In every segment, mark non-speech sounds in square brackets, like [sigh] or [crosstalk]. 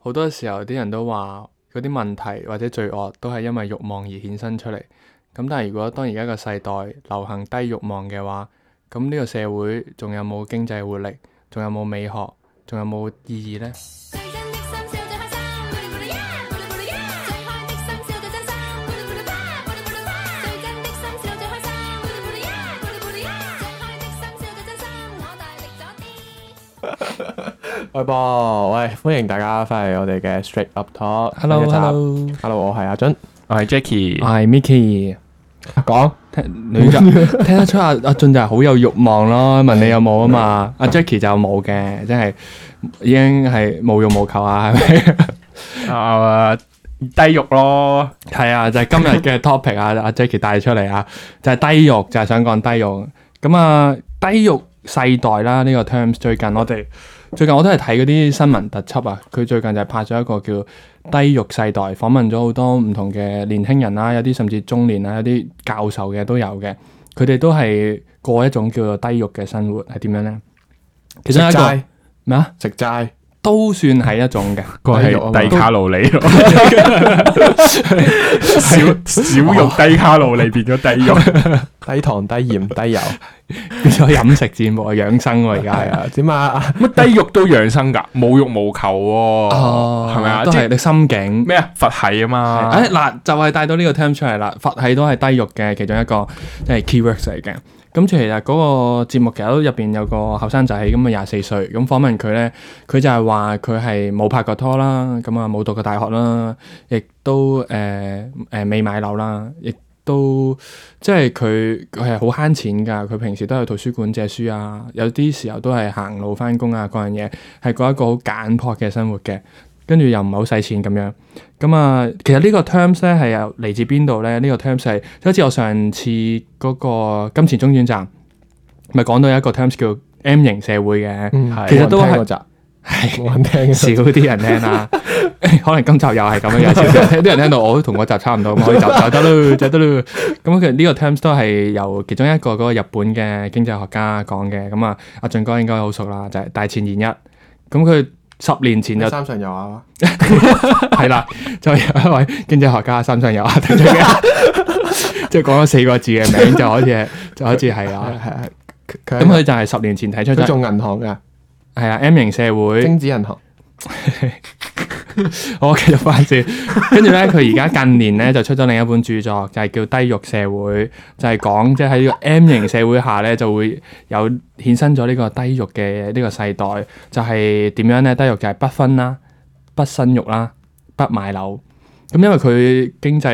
好多時候啲人都話嗰啲問題或者罪惡都係因為慾望而衍生出嚟。咁但係如果當而家個世代流行低慾望嘅話，咁呢個社會仲有冇經濟活力？仲有冇美學？仲有冇意義呢？最真的心笑最開心，咕嚕咕嚕呀，咕嚕咕嚕呀，最開的心笑最真心，咕嚕咕嚕吧，咕嚕咕嚕吧，最真的心笑最開心，咕嚕咕嚕呀，咕嚕咕嚕呀，最開的心笑最真心，我大力咗啲。喂噃，喂，歡迎大家翻嚟我哋嘅 Straight Up Talk 新一集 Hello，我係阿俊，我係 Jacky，係 Micky，講聽你就聽得出阿阿俊就係好有慾望咯，問你有冇啊嘛？阿 Jacky 就冇嘅，即係已經係無欲無求啊，係咪？ [laughs] 啊低肉咯，係啊，就係、今日嘅 [laughs] topic 啊，阿 Jacky 帶出嚟啊，就係、低欲，就係、想講低欲。咁啊，低欲世代啦，呢、個 terms 最近我哋最近我都係睇嗰啲新聞特輯啊，佢最近就係拍咗一個叫低欲世代，訪問咗好多唔同嘅年輕人啦，有啲甚至中年啦，有啲教授嘅都有嘅，佢哋都係過一種叫做低欲嘅生活，係點樣咧？其食中一個齋咩啊，食齋，都算係一 [laughs] 種嘅。個低肉啊嘛係低卡路里 [laughs] 咯，少少肉低卡路里變咗低肉，低糖、低鹽、 [laughs] 低油，變咗飲食節目啊，養生喎而家係係啊。啊，點啊？ [laughs] 乜低肉都養生㗎，無欲無求喎，係咪啊？哦都即係係你心境。咩啊？佛系啊嘛，誒嗱，就係帶到呢個 term 出嚟啦，佛系都係低欲嘅其中一個即係 keywords 嚟嘅。咁其實嗰個節目其實都入邊有個後生仔咁啊，廿四歲咁訪問佢咧，佢就係話佢係冇拍過拖啦，咁啊冇讀過大學啦，亦都誒誒、呃呃未買樓啦，亦都即係佢佢係好慳錢㗎。佢平時都去圖書館借書啊，有啲時候都係行路翻工啊，嗰樣嘢係過一個好簡樸嘅生活嘅，跟住又唔係好使錢咁樣。咁啊，其實呢個 terms 咧係由嚟自邊度咧？呢、個 terms 係即係好似我上次嗰個金錢中轉站，咪講到有一個 terms 叫 M 型社會嘅，嗯其實都係冇人聽嗰集係冇人聽嘅少啲人聽啦。 [laughs] 可能今集又係咁樣，有少少 [laughs] 人聽啲人聽到我都同嗰集差唔多，咁可以走走得咯，走得咯。 [laughs] 咁其實呢個 terms 都係由其中一個嗰個日本嘅經濟學家講嘅。咁啊，阿俊哥應該好熟啦，就係、大前研一。咁佢十年前就三上游啊， [laughs] 係啦，就有一位經濟學家三上悠 [laughs] 亞提出 [laughs] 嘅，即係講咗四個字嘅名就好似係就好似係係啦。係係，咁佢佢佢就係十年前提出佢做咗，銀行㗎，係啦 M 型社會。精子銀行， [laughs] 我繼續翻先，跟住咧佢而家近年咧就出咗另一本著作，就係、叫《低欲社會》，就係講即係喺呢個 M 型社會下咧就會有衍生咗呢個低欲嘅呢個世代，就係、點樣咧？低欲就係不婚啦、不生育啦、不買樓。咁因為佢經濟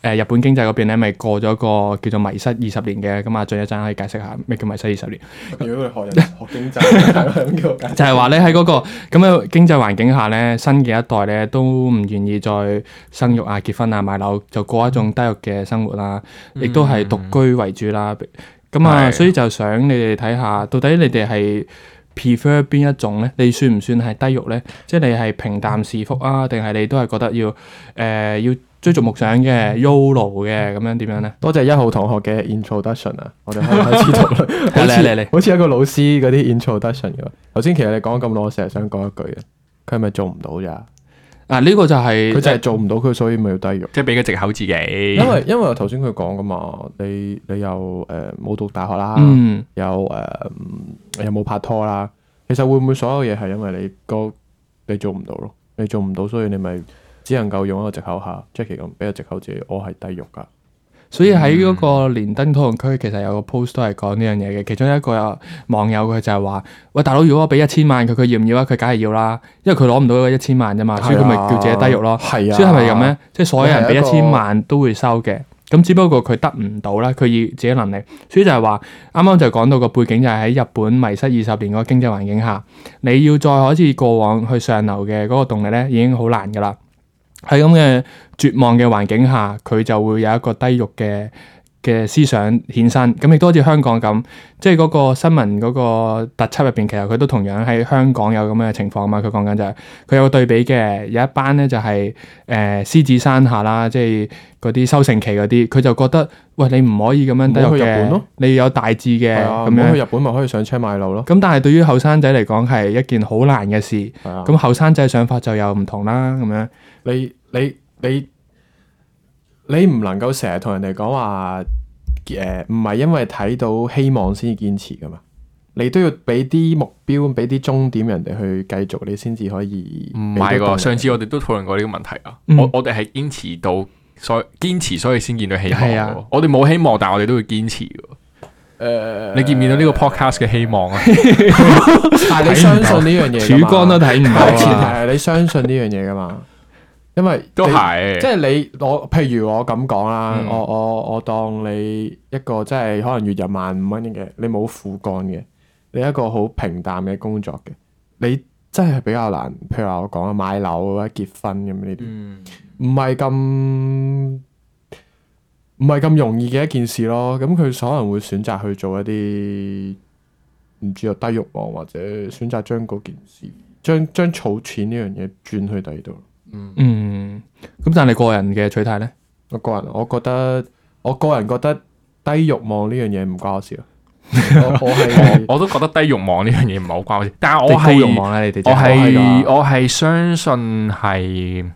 誒、呃日本經濟嗰邊咧，咪過咗個叫做迷失二十年嘅，咁啊，俊一陣可以解釋下咩叫迷失二十年。如果佢學人學經 [laughs] 濟，叫我就係話咧喺嗰個咁嘅經濟環境下咧，新嘅一代咧都唔願意再生育啊、結婚啊、買樓，就過一種低欲嘅生活啦，嗯亦都係獨居為主啦。咁啊，係所以就想你哋睇下，到底你哋係 prefer 邊一種咧？你算唔算係低欲咧？即係你係平淡是福啊，定係你都係覺得要誒、呃要追逐夢想嘅、YOLO 嗯嘅咁樣點樣咧？多謝一號同學嘅 introduction 啊，我哋可以開始討 [laughs] 論。好嚟嚟似嚟嚟好似一個老師嗰啲 introduction 咁。頭先其實你講咁耐，我成日想講一句嘅，佢係咪做唔到咋？啊，呢、個就係、佢就係做唔到，佢所以咪要低肉。即係俾個藉口自己，因為因為我頭先佢講噶嘛，你你又誒冇、讀大學啦，嗯又誒、又冇拍拖啦。其實會唔會所有嘢係因為你個你做唔到咯？你做唔到，所以你咪只能夠用一個藉口下 Jackie 咁俾個藉口自己，我係低肉噶。所以喺嗰個連登討論區，其實有個 post 都係講呢樣嘢嘅。其中一個有網友佢就係話：喂，大佬，如果我俾一千萬佢，佢要唔要啊？佢梗係要啦，因為佢攞唔到嗰一千萬啫啊嘛，所以佢咪叫自己低肉咯。係啊，所以係咪咁咧？即係所有人俾你一係一個千萬都會收嘅，咁只不過佢得唔到啦，佢以自己能力。所以就係話，啱啱就講到個背景就係喺日本迷失二十年嗰個經濟環境下，你要再好似過往去上流嘅嗰個動力咧，已經好難噶啦。喺咁嘅絕望嘅環境下，佢就會有一個低欲嘅嘅思想衍生，咁亦都好似香港咁，即係嗰個新聞嗰個特輯入邊，其實佢都同樣喺香港有咁嘅情況啊嘛。佢講緊就係、佢有個對比嘅，有一班咧就係、誒、獅子山下啦，即係嗰啲收成期嗰啲，佢就覺得喂你唔可以咁樣低唔好落去日本嘅咯，你要有大志嘅係啊，咁咁樣去樣。日本咪可以上車買樓咯。咁但係對於後生仔嚟講係一件好難嘅事，係啊，咁後生仔想法就又唔同啦，咁樣。你你你你唔能夠成日同人哋講話誒，唔係因為睇到希望先至堅持噶嘛。你都要俾啲目標，俾啲終點人哋去繼續，你先至可以唔俾係到動喎，力上次我哋都討論過呢個問題啊。嗯我我哋係堅持到，所以堅持所以先見到希望係啊喎。我哋冇希望，但係我哋都會堅持嘅。誒，你見唔見到呢個 podcast 嘅希望 [laughs] 啊？但係你相信呢樣嘢㗎曙嘛，光都睇唔但係前到提啊！係你相信呢樣嘢噶嘛，因為都你係，即係你我，譬如我咁講啦，嗯我我我當你一個即係可能月入萬五蚊嘅，你冇苦幹嘅，你一個好平淡嘅工作嘅，你真係比較難。譬如話我講啊，買樓或者結婚咁呢啲，嗯唔係咁唔係咁容易嘅一件事咯。咁佢可能會選擇去做一啲唔知有啊低欲望，或者選擇將嗰件事將將儲錢呢樣嘢轉去第二度。嗯，咁但係你個人嘅取態咧，我個人我覺得，我個人覺得低欲望呢樣嘢唔關我事 [laughs] 咯。我我係我都覺得低欲望呢樣嘢唔係好關我事，但係你我高係欲望啦，啊你哋就我係係㗎我係相信係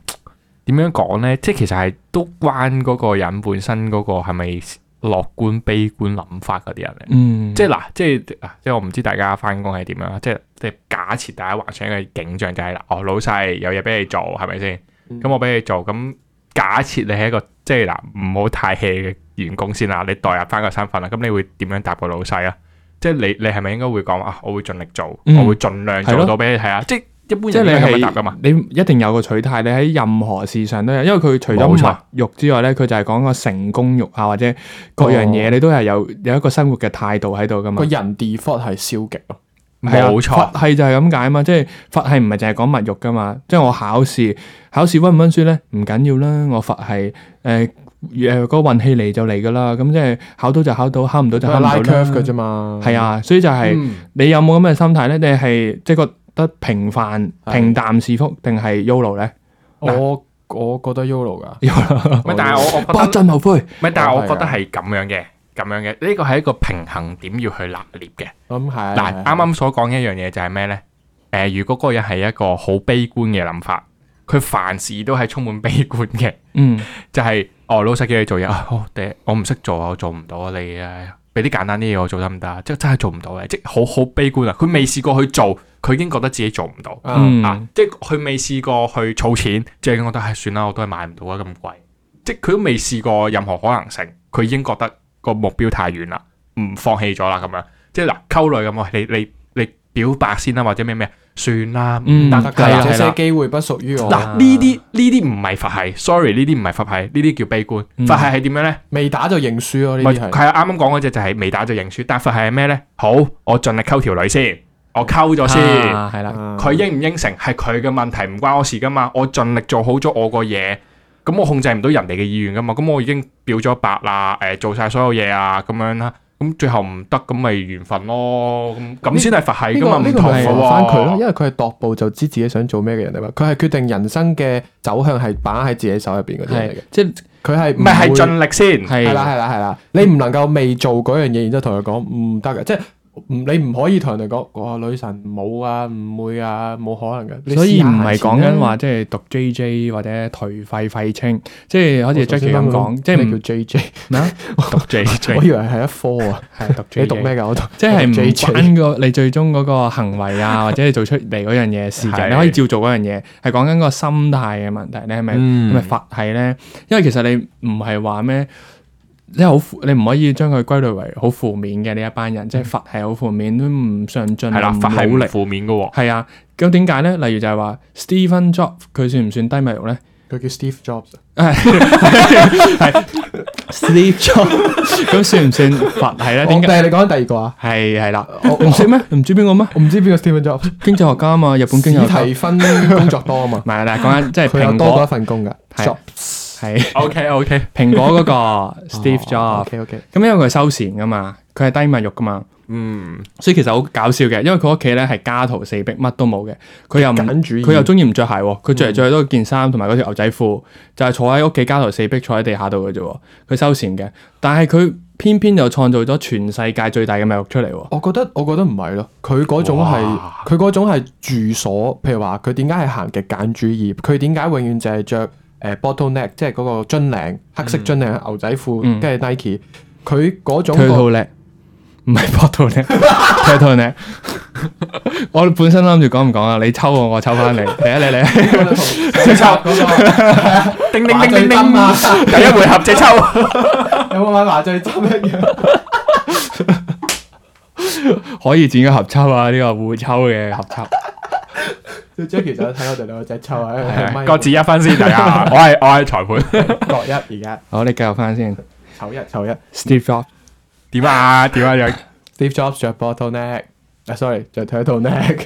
點樣講呢？即係其實係都關嗰個人本身嗰個係咪樂觀、悲觀諗法嗰啲人嚟。嗯，即係嗱，即係啊即係我唔知大家翻工係點樣啊啦。即係即係假設大家幻想嘅景象就係、啦，哦老細有嘢俾你做，係咪先？ [laughs] 咁我俾你做，咁假設你係一個即係嗱，唔好太 hea 嘅員工先啦，你代入翻個身份啦，咁你會點樣答個老細啊？即係你你係咪應該會講話啊？我會盡力做，嗯我會盡量係咯做到俾你睇啊！即係一般即係人你應該咁樣答噶係嘛。你一定有個取態，你喺任何事上都有，因為佢除咗冇錯物欲之外咧，佢就係講個成功欲啊，或者各樣嘢，哦你都係有有一個生活嘅態度喺度噶嘛個。人 default 係消極咯。係啊冇佛錯，系就係咁解嘛，即係佛系唔係淨係講物欲噶嘛，即係我考試考試温唔温書咧唔緊要啦，我佛系誒誒個運氣嚟就嚟噶啦，咁即係考到就考到，考唔到就就考係唔拉到 curve 嘅啦。啫嘛。係，啊，所以就係、嗯你有冇咁嘅心態咧？你係即係覺得平凡係平淡是福，定係 YOLO [laughs] 咧？我我覺得 YOLO 噶，唔 [laughs] 係但係我我不覺得震後悔。唔係，但係我係覺得啊係咁樣嘅，咁樣嘅呢個係一個平衡點要去拿捏嘅。咁係嗱，啱啱所講一樣嘢就係咩呢？誒、如果嗰個人係一個好悲觀嘅諗法，佢凡事都係充滿悲觀嘅，嗯，就係、哦，老細叫你做嘢， [laughs] 啊哦嗲我唔識做啊，我做唔到啊，你誒俾啲簡單啲嘢我做得唔得啊？即係真係做唔到嘅，即係好好悲觀啊！佢未試過去做，佢已經覺得自己做唔到、啱啊嗯，！即係佢未試過去儲錢，即係已經覺得唉算啦，我都係買唔到啊，咁貴！即係佢都未試過任何可能性，佢已經覺得個目標太遠啦，唔放棄咗啦咁樣。即係嗱，溝女咁啊，你你你表白先啦，或者咩咩，算啦，唔嗯得得㗎係㗎，啊這啦係。些機會不屬於我。嗱，呢啲呢啲唔係佛系，sorry，呢啲唔係佛系，呢啲叫悲觀。嗯佛系係點樣咧？未打就認輸咯，呢咪啲係。係啊啱啱講嗰只就係未打就認輸，但佛系係咩咧？好，我盡力溝條女先，我溝咗先。啊係啦，啊佢應唔應承係佢嘅問題，唔關我事噶嘛。我盡力做好咗我個嘢，咁我控制唔到人哋嘅意願噶嘛。咁我已經表咗白啦，誒、做晒所有嘢啊，咁樣啦。咁最後唔得，咁咪緣分咯。咁咁先係佛系呢噶嘛，個唔呢個同咪嘅係翻佢咯，因喎。為佢係踱步就知自己想做咩嘅人嚟啊嘛。佢係決定人生嘅走向係把握喺自己手入邊嗰啲人嚟係嘅。即係佢係唔係係會盡力先，係係啦係啦係啦，你唔能夠未做嗰樣嘢，然之後同佢講唔得嘅，即係唔你唔可以同人哋講，哇女神冇啊，唔會啊，冇可能嘅。所以唔係係講緊話即係讀 JJ 或者頹廢廢青，即係好似 Jackie 咁講，即係叫唔 J J，咩啊？讀 J J 我以為係一科啊，係讀 JJ。你讀咩㗎？我讀即係唔 J J，關個你最終嗰個行為啊，或者你做出嚟嗰樣嘢事嘅，係你可以照做嗰樣嘢，係講緊個心態嘅問題，你係咪嗯係咪佛系咧？因為其實你唔係話咩，即係好負你唔可以將佢歸類為好負面嘅呢一班人，即係佛系好負面，都唔上進，係啦，佛系唔唔努力，負面嘅喎。係啊。咁點解咧？例如就係話 Stephen Jobs 佢算唔算低迷欲咧？佢叫 Steve Jobs， Steve [laughs] Jobs 咁算唔算佛系咧？我點但解？係你講緊第二個啊，係係啦，我唔識咩？唔知邊個咩？我唔知邊個 Steve Jobs，經濟學家啊嘛，日本經濟史學家。提芬工作多啊嘛唔，係啦，講緊即係佢有蘋多過果一份工㗎係，Jobs。係 OK OK，蘋果嗰個 Steve Jobs。哦 OK OK，咁因為佢係修善噶嘛，佢係低物欲噶嘛，嗯，所以其實好搞笑嘅，因為佢屋企咧係家徒四壁，乜都冇嘅，佢又唔簡主義佢又中意唔着鞋喎，佢着嚟着去都係件衫同埋嗰條牛仔褲，就係坐喺屋企家徒四壁，坐喺地下度嘅啫喎，佢修善嘅，但係佢偏偏就創造咗全世界最大嘅物欲出嚟喎，我覺得我覺得唔係咯，佢嗰種係哇佢嗰種係住所，譬如話佢點解係行極簡主義，佢點解永遠就係着誒 bottleneck，即係嗰個樽領黑色樽領牛仔褲，嗯跟住 Nike，佢嗰種佢個套叻，唔係膊套叻，佢套叻。我本身諗住講唔講啊，你抽我，我抽翻你，嚟啊你嚟啊， [laughs] 小插嗰個叮叮麻叮叮醉針叮，啊，第一回合即抽，有冇買麻醉針一樣？可以剪個合抽啊，呢個互抽嘅合 [laughs] 抽。小 Jackie 就睇我哋兩個隻啊抽喺各自一分先，大家，我係我係裁判，落一而家好，你繼續翻先。抽一抽一 Steve Jobs 點啊點啊樣， ，Steve Jobs 着 bottleneck，啊 sorry 着 turtleneck。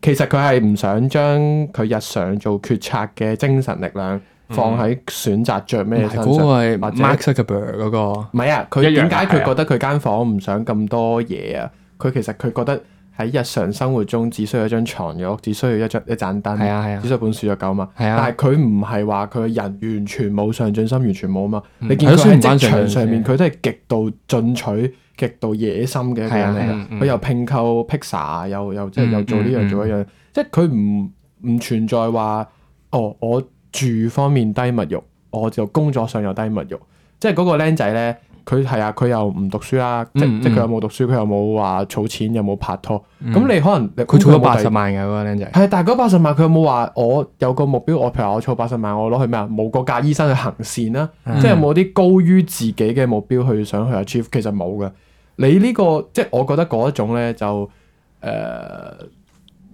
其實佢係唔想將佢日常做決策嘅精神力量放喺選擇着咩嗯唔身係上，嗰個係或 Mark 者 Zuckerberg 嗰個，唔係啊？佢一樣點嘅解係啊佢覺得佢間房唔想咁多嘢啊？佢其實佢覺得喺日常生活中只需要一張床褥，只需要一張一盞燈，係啊係啊只需要本書就夠嘛。係啊嗯但係佢唔係話佢人完全冇上進心，完全冇啊嘛。你嗯係見佢咯所以喺唔關職上進場上先面，佢都係極度進取、極度野心嘅一個係啊人嚟係啊嗯㗎。佢又拼購 Pixar，又又即係又做呢嗯嗯樣做嗰樣，即係佢唔唔存在話哦，我住方面低物欲，我就工作上又低物欲。即係嗰個僆仔咧，佢係啊，佢又唔讀書啦，即嗯即係佢嗯又冇讀書，佢又冇話儲錢，又冇拍拖。咁你可能佢儲咗咁佢有冇八第十萬嘅嗰個僆仔，係，但係嗰八十萬佢有冇話我有個目標？我譬如話我儲八十萬，我攞去咩啊？無國界醫生去行善啦，嗯即嗯係有冇啲高於自己嘅目標去想去 achieve？其實冇嘅。你呢、個即係我覺得嗰一種咧就誒、呃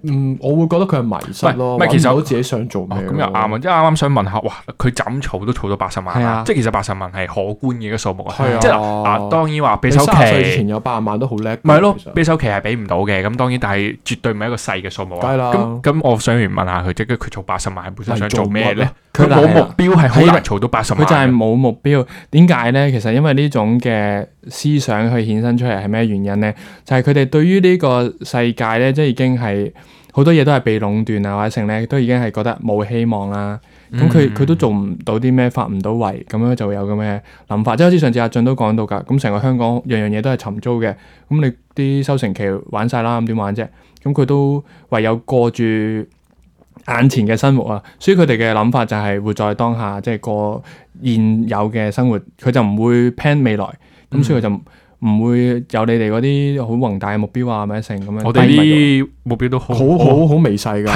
嗯，我會覺得佢係迷失咯，喂喂其實揾唔到自己想做哦咩咯。咁又啱啊！即係啱啱想問下，哇！佢就咁儲都儲到八十萬係啦啊，即係其實八十萬係可觀嘅一個數目啊！係啊即係嗱啊，當然話你俾首三十歲前期，有八十萬都好叻㗎，咪係咯其實，俾首期係俾唔到嘅。咁當然，但係絕對唔係一個細嘅數目梗啊！係啦咁咁，我想完問下佢，即係佢儲八十萬本身想做咩咧？佢嚟做乜呢冇佢目嗱標係好係難啦儲到八十佢萬就係嘅。冇目標。點解咧？其實因為呢種嘅思想去衍生出嚟係咩原因咧？就係佢哋對於呢個世界咧，即係已經係好多嘢都係被壟斷啊，或者成咧都已經係覺得冇希望啦。咁嗯佢佢都做唔到啲咩，發唔到圍，咁樣就會有咁嘅諗法。即係好似上次阿俊都講到㗎，咁成個香港樣樣嘢都係尋租嘅，咁你啲收成期玩晒啦，咁點玩啫？咁佢都唯有過住眼前嘅生活啊，所以佢哋嘅諗法就係活在當下，即係過現有嘅生活，佢就唔會 plan 未來，咁所以佢就唔唔會有你哋嗰啲好宏大嘅目標啊，或者成咁樣。我哋啲目標都好好好好微細㗎。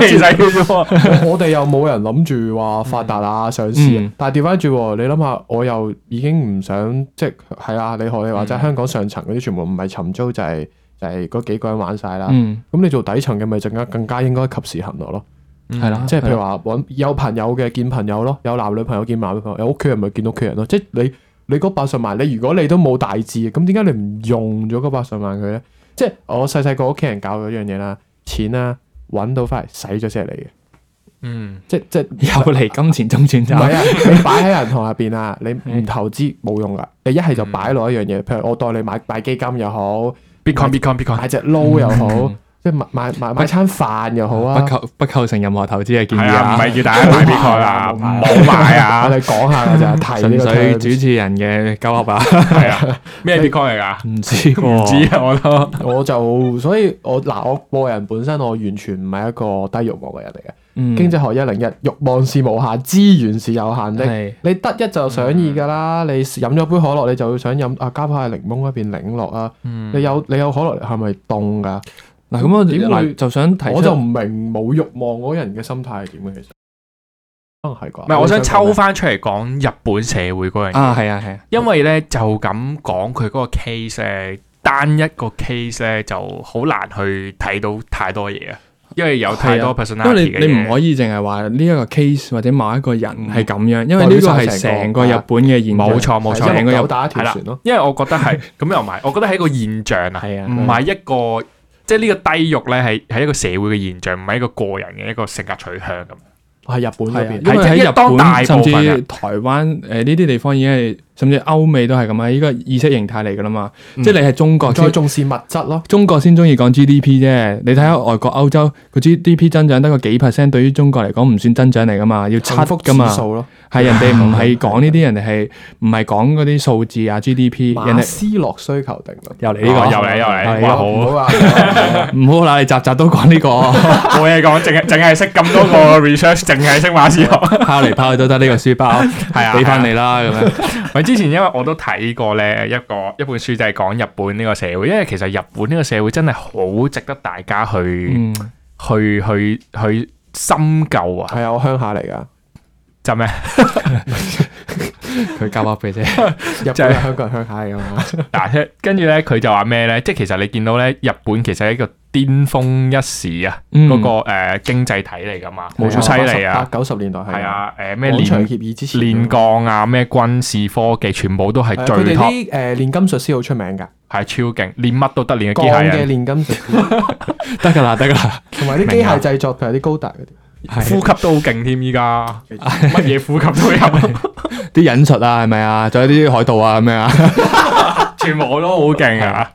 其實嘅啫喎 [laughs] 我我哋又冇人諗住話發達啊、上市啊嗯，但係調翻轉喎，你諗下，我又已經唔想即係係啊，你學你話嗯齋，香港上層嗰啲全部唔係尋租，就係就係嗰幾個人玩晒啦。嗯咁你做底層嘅咪更加更加應該及時行樂咯，嗯嗯係啊啦，即係譬如話話揾有朋友嘅見朋友咯，有男女朋友見男女朋友，有屋企人咪見屋企人咯。即係你你嗰八十萬，你如果你都冇大志，咁點解你唔用咗嗰八十萬佢咧？即係我細細個屋企人教咗一樣嘢啦，錢啦揾到翻嚟使咗先係你嘅，嗯，即即又嚟金錢中轉唔係站，啊，你擺喺銀行入 [laughs] 邊啊，你唔投資冇用噶。你一係就嗯擺落一樣嘢，譬如我當你買買基金又好， Bitcoin Bitcoin Bitcoin 買隻撈又好，即係買買買買餐飯又好嗯不啊。構不構成任何投資嘅建係議啊，唔啊，係叫大家買 Bitcoin 啊，唔好買 [laughs] 我啊，哋講下 [laughs] 㗎咋，提純呢個粹 terms 主持人嘅鳩噏啊，係啊，咩 Bitcoin 嚟㗎？ [laughs] 唔知唔喎，知啊，我都。我就所以我嗱，我個人本身我完全唔係一個低欲望嘅人嚟嘅。嗯經濟學一零一，欲望是無限，資源是有限的。係嗯你得一就想二㗎啦，你飲咗杯可樂，你就會想飲啊加派檸檬嗰邊檸樂啊。嗯嗯你有你有可樂係咪凍㗎？嗱咁我點會嗱就想提出，我就唔明冇欲望嗰人嘅心態係點嘅，其實可能係啩。唔係，我想抽你翻出嚟講日本社會嗰樣嘢，啊係啊係啊，因為咧就咁講佢嗰個 case 咧，單一個 case 咧就好難去睇到太多嘢啊，因為有太多啊因為 personality 你嘅你唔可以以淨係話呢一個 case 或者某一個人係咁樣，因為代呢表個晒係成成個個日本嘅現象冇錯冇想講錯，係成個一個日有打一條係啦船咯。因為我覺得係咁又唔係，我覺得係一個現象啊，係啊嗯唔係一個即係呢個低欲咧係係一個社會嘅現象，唔係一個個人嘅一個性格取向咁。係日啊本嗰邊因。為喺係即係啊當大日本部甚至分人台灣誒呢啲地方已經係，甚至歐美都係咁啊！依個意識形態嚟噶啦嘛，嗯即係你係中國再先，重視物質咯，中國先中意講 GDP 啫。你睇下外國歐洲個 GDP 增長得個幾 percent，對於中國嚟講唔算增長嚟噶嘛，要七幸福噶指嘛，數咯。係人 [laughs] 哋唔係講呢啲，人哋係唔係講嗰啲數字啊 GDP，人馬哋斯洛需求定律。又嚟呢個呢又嚟又嚟，係哇啊好唔好啊！個，唔好啦，你集集都講呢 [laughs] 個，冇嘢講，淨係淨係識咁多 [laughs] 個 research，淨係識馬斯洛。拋嚟拋去都得呢個書包， [laughs] 係啊俾翻你啦 [laughs] 咁樣。我之前因為我都睇過咧一個一本書，就係講日本呢個社會，因為其實日本呢個社會真係好值得大家去、嗯去去去深究啊！係啊，我鄉下 [laughs] 嚟噶，就咩？佢交翻俾啫。 [laughs] 日本係香港人鄉下嚟噶 [laughs] 嘛。嗱，跟住咧佢就話咩咧？即係其實你見到咧，日本其實係一個巔峰一時啊，嗰、嗯個誒、呃、經濟體嚟噶嘛，好冇錯犀利啊！八九十年代係係，啊，誒咩咩長煉協議之前煉鋼啊，咩軍事科技，全部都係係啊佢最哋 top，啲誒煉金術師好出名㗎，係超勁，練乜都得，練個機械鋼嘅人，煉金術師，得噶啦，得噶啦，同埋啲機械製作，譬如啲高達嗰啲。呼吸都好勁添，依家乜嘢呼吸都有，啲引述啊，係咪啊？仲有啲海盜啊，咁樣 [laughs] 啊，全部都好勁啊！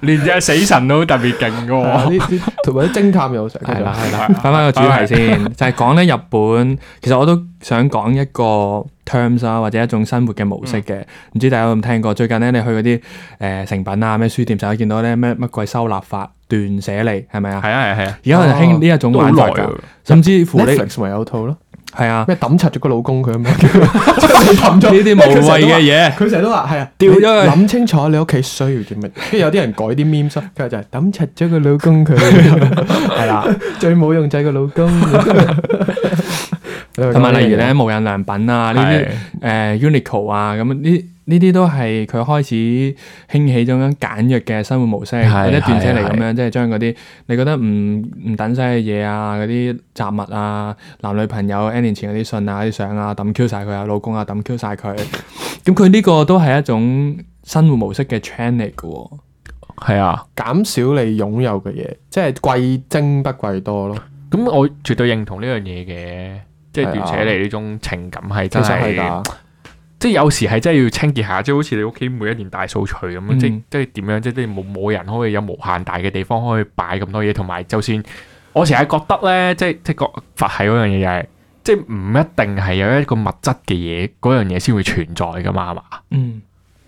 連只死神都特別勁係啊噶，呢啲同埋啲偵探又好成。係啦，係啦哦係。翻翻個主題先， [laughs] 就係講咧日本，其實我都想講一個 terms 啊，或者一種生活嘅模式嘅。唔知大家有冇聽過？最近咧，你去嗰啲誒成品啊、咩書店，成日見到咧咩乜鬼收納法、斷捨離，係咪啊？係啊係係啊，而家係興呢一種都好玩耐法啊㗎，甚至乎你，Netflix 咪有套咯，係啊，咩抌柒咗個老公佢咁樣，即係 [laughs] 你抌呢咗啲無謂嘅。嘢。佢成日都話係啊，掉咗佢諗清楚你屋企需要啲乜，跟住有啲人改啲 meme 咯，佢就係抌柒咗個老公佢，係啦，最冇用就係個老公。同埋例如咧，無印良品啊，呢啲誒係 Uniqlo 啊，咁呢呢啲都係佢開始興起種樣簡約嘅生活模式，係或者斷捨離咁係樣，即係將嗰啲你覺得唔唔等使嘅嘢啊，嗰啲雜物啊，男女朋友 N 年前嗰啲信啊、啲相啊，抌 Q 晒佢啊，老公啊抌 Q 晒佢，咁佢呢個都係一種生活模式嘅 trend 嚟嘅喎。係啊。減少你擁有嘅嘢，即係貴精不貴多咯。咁我絕對認同呢樣嘢嘅，即係係斷啊捨離呢種情感係其真實係係，㗎，即係有時係真係要清潔下，即係好似你屋企每一年大掃除咁樣，嗯即係即係點樣，即係冇冇人可以有無限大嘅地方可以擺咁多嘢，同埋就算我成日覺得咧，即係即係個佛系嗰樣嘢又係，即係唔一定係有一個物質嘅嘢嗰樣嘢先會存在噶嘛，係嘛？嗯，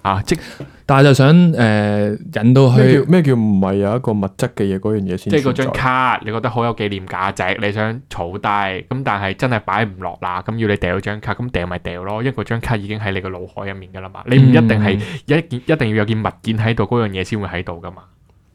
啊，即但係就想誒、呃引到咩去叫咩叫唔係有一個物質嘅嘢嗰樣嘢先即係嗰存在？張卡，你覺得好有紀念價值，你想儲低，咁但係真係擺唔落啦，咁要你掉張卡，咁掉咪掉咯，因為嗰張卡已經喺你個腦海入面噶啦嘛，嗯你唔一定係一件，一定要有件物件喺度，嗰樣嘢先會喺度噶嘛，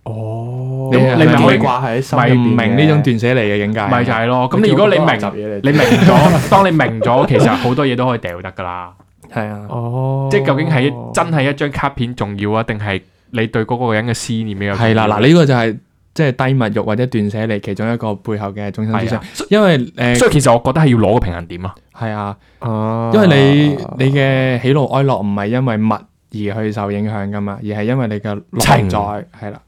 哦，你你咪明可以唔明掛喺心唔入邊明呢種嘅斷捨離嘅境界。咪就係咯。咁你如果你明，叫好多垃圾嘢嚟你明咗， [laughs] 當你明咗，其實好多嘢都可以掉得噶啦。係啊。哦，即係究竟係真係一張卡片重要啊，定係你對嗰個人嘅思念比較重要係啦，嗱呢個就係即係低物欲或者斷捨離其中一個背後嘅中心思係想啊，，所因為誒所以其實我覺得係要攞個平衡點啊。係啊，啊，因為你你嘅喜怒哀樂唔係因為物而去受影響噶嘛，而係因為你嘅內情在係啦。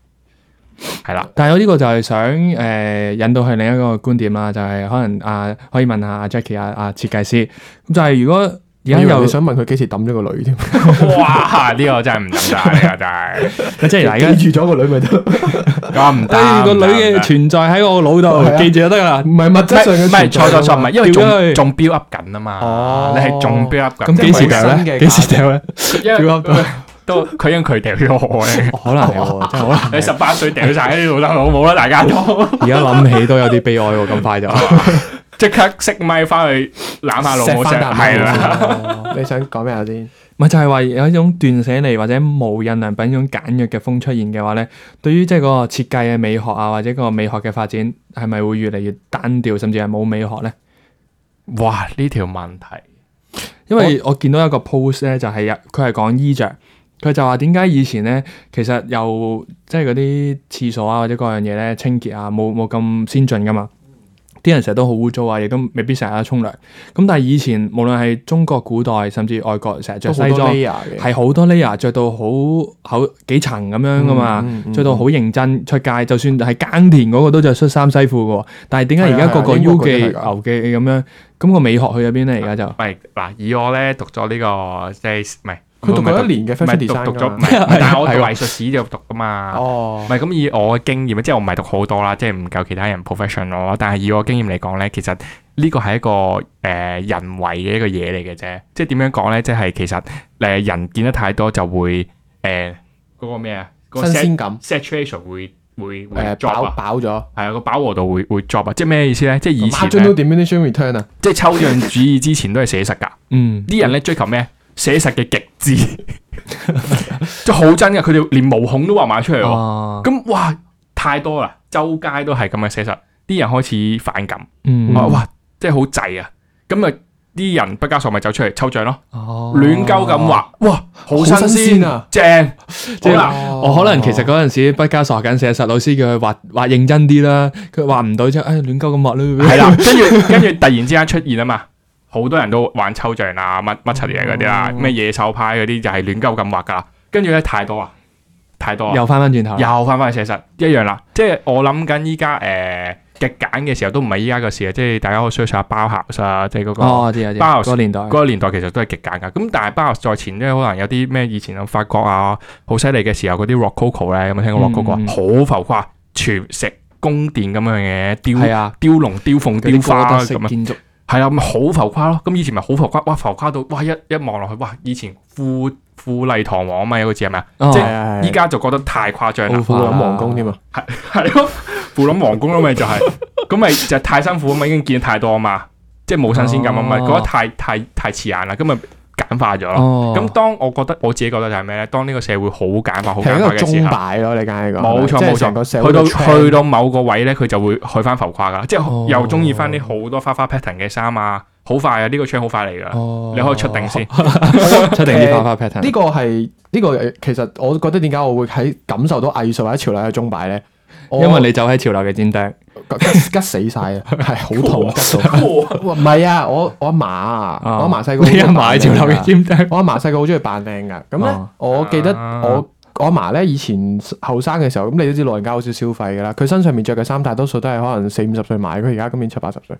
係啦，但係我呢個就係想誒、呃引到去另一個觀點啦，就係、可能啊可以問下阿 Jackie 啊啊設計師，咁就係如果而我家以為又你想問佢幾時抌咗個女添， [laughs] 哇！呢個真係唔得啊，呢個真係。即係而家記住咗個女咪得，咁唔 [laughs] 哎得，個女唔得嘅存在喺我腦係度，啊記住就得㗎啦。唔係物唔係質上嘅唔係存在錯錯啊錯，唔嘛係因為掉咗仲佢仲 build up 緊啊嘛哦，你係仲 build up 緊，咁幾時掉即係咧？佢 [laughs] 幾新嘅時掉啊咧？因為 build up 佢都佢因佢掉咗我咧， [laughs] 可能係 [laughs] 喎，真係可能係你十八歲掉晒喺呢度啦，好唔好啦？大 [laughs] 家都而家諗起都有啲悲哀喎，咁 [laughs] 快就即刻熄咪翻去攬下老母錫返先，啖係啦，口先。你想講咩啊先？咪就係話有一種斷捨離或者無印良品呢種簡約嘅風出現嘅話咧，對於即係嗰個設計嘅美學啊，或者個美學嘅發展係咪會越嚟越單調，甚至係冇美學咧？哇！呢條問題因為我見到一個 post 咧，就係有佢係講衣着，佢就話點解以前咧其實又即係嗰啲廁所啊或者嗰樣嘢咧清潔啊冇冇咁先進噶嘛，啲人成日都好污糟啊，亦都未必成日沖涼。咁但係以前無論係中國古代甚至外國成日着都西好多裝。 layer 嘅，係好多 layer 着到好厚幾層咁樣噶嘛嗯嗯，嗯着到好認真出街，就算係耕田嗰個都着恤衫西褲嘅喎。但係點解而家係啊個個係啊 U 英國記嗰啲係牛記咁樣？咁個美學去咗邊咧？而家就喂，嗱，以我咧讀咗呢個即係唔係佢讀唔係過一年嘅唔 fashion 係 design 讀讀㗎咗，嘛唔係，唔係但係我讀係喎藝術史就讀噶嘛。哦唔，係咁以我嘅經驗，即係我唔係讀好多啦，即係唔夠其他人 professional 啦。但係以我經驗嚟講咧，其實呢個係一個誒、呃人為嘅一個嘢嚟嘅啫。即係點樣講咧？即係其實誒、呃人見得太多就會誒嗰、個咩啊？嗰個新鮮感 saturation 會會會誒 drop 飽啊，飽咗，係啊個飽和度會會 drop 啊。即係咩意思咧？即係以前 marginal 呢 diminishing return à? 啊，即係抽象主義之前都係寫實㗎。嗯，啲人咧追求咩？寫實嘅極致， [laughs] 即係好真嘅。佢哋連毛孔都畫埋出嚟喎。啊，咁哇太多啦，周街都係咁嘅寫實，啲人開始反感，嗯，Ờ, 話哇真係好滯啊！咁啊啲人畢加索咪走出嚟抽象咯，哦亂鳩咁畫，哇好好新新鮮鮮啊，正好啦，我可能其實嗰陣時畢加索緊寫實，老師叫佢畫畫認真啲啦，佢畫唔到啫，唉亂鳩咁畫啦，係啦，跟住跟住突然之間出現啊嘛。好多人都玩抽象啊，乜乜柒嘢嗰啲啦，咩野獸派嗰啲就係亂鳩咁畫噶啦，跟住咧太多啊，太多啊，又翻翻轉頭啦，又翻翻去寫實一樣啦，即係我諗緊依家誒嘅揀嘅時候都唔係依家個事啊，即係大家可以 search 下包豪斯啊，即係嗰個哦，我知我知，包嗰個年代嗰，個年代其實都係極簡噶。咁但係包豪斯再前咧，可能有啲咩以前啊法國啊好犀利嘅時候嗰啲 rococo 咧，有冇聽過嗯 rococo 啊嗯？好浮誇，全石宮殿咁樣嘅係雕啊，雕龍雕鳳嗰啲雕哥花德式咁樣。建築，係啊啦，咁咪好浮誇咯。咁以前咪好浮誇，哇浮誇到哇一一望落去，哇以前富富麗堂皇啊嘛，有個字係咪啊？哦即係啊係啊係依家就覺得太誇張啦好。富林皇宮添啊，係咯，富林皇宮咯，咪 [laughs] 就係，咁咪就係太辛苦啊嘛，已經見得太多啊嘛，即係冇新鮮感啊嘛，哦覺得太太太刺眼啦，咁咪簡化咗咯。哦，咁當我覺得我自己覺得就係咩咧？當呢個社會好簡化、好係簡一化個嘅中時候，擺咯，你梗係講，冇錯即係冇成個錯，社會去到嘅 trend 去到某個位咧，佢就會去翻浮誇噶啦，即哦係又中意翻啲好多花花 pattern 嘅衫啊，好快啊！呢個 trend 好快嚟噶，哦你可以出定 [laughs] 先，出定啲花花 pattern，呢個係呢個呃其實我覺得點解我會喺感受到藝術或者潮流嘅中擺咧？我因為你走喺潮流嘅尖頂，吉吉死晒 [laughs] 啊，係好痛吉到。哇唔係啊，我我阿嫲啊，我啊阿嫲細個好你中意阿嫲喺扮靚潮流嘅㗎啊尖頂，我阿嫲細個好中意扮靚噶。咁咧哦，我記得啊我我阿嫲咧以前後生嘅時候，咁你都知老人家好少消費噶啦。佢身上面着嘅衫大多數都係可能四五十歲買，佢而家今年七八十歲。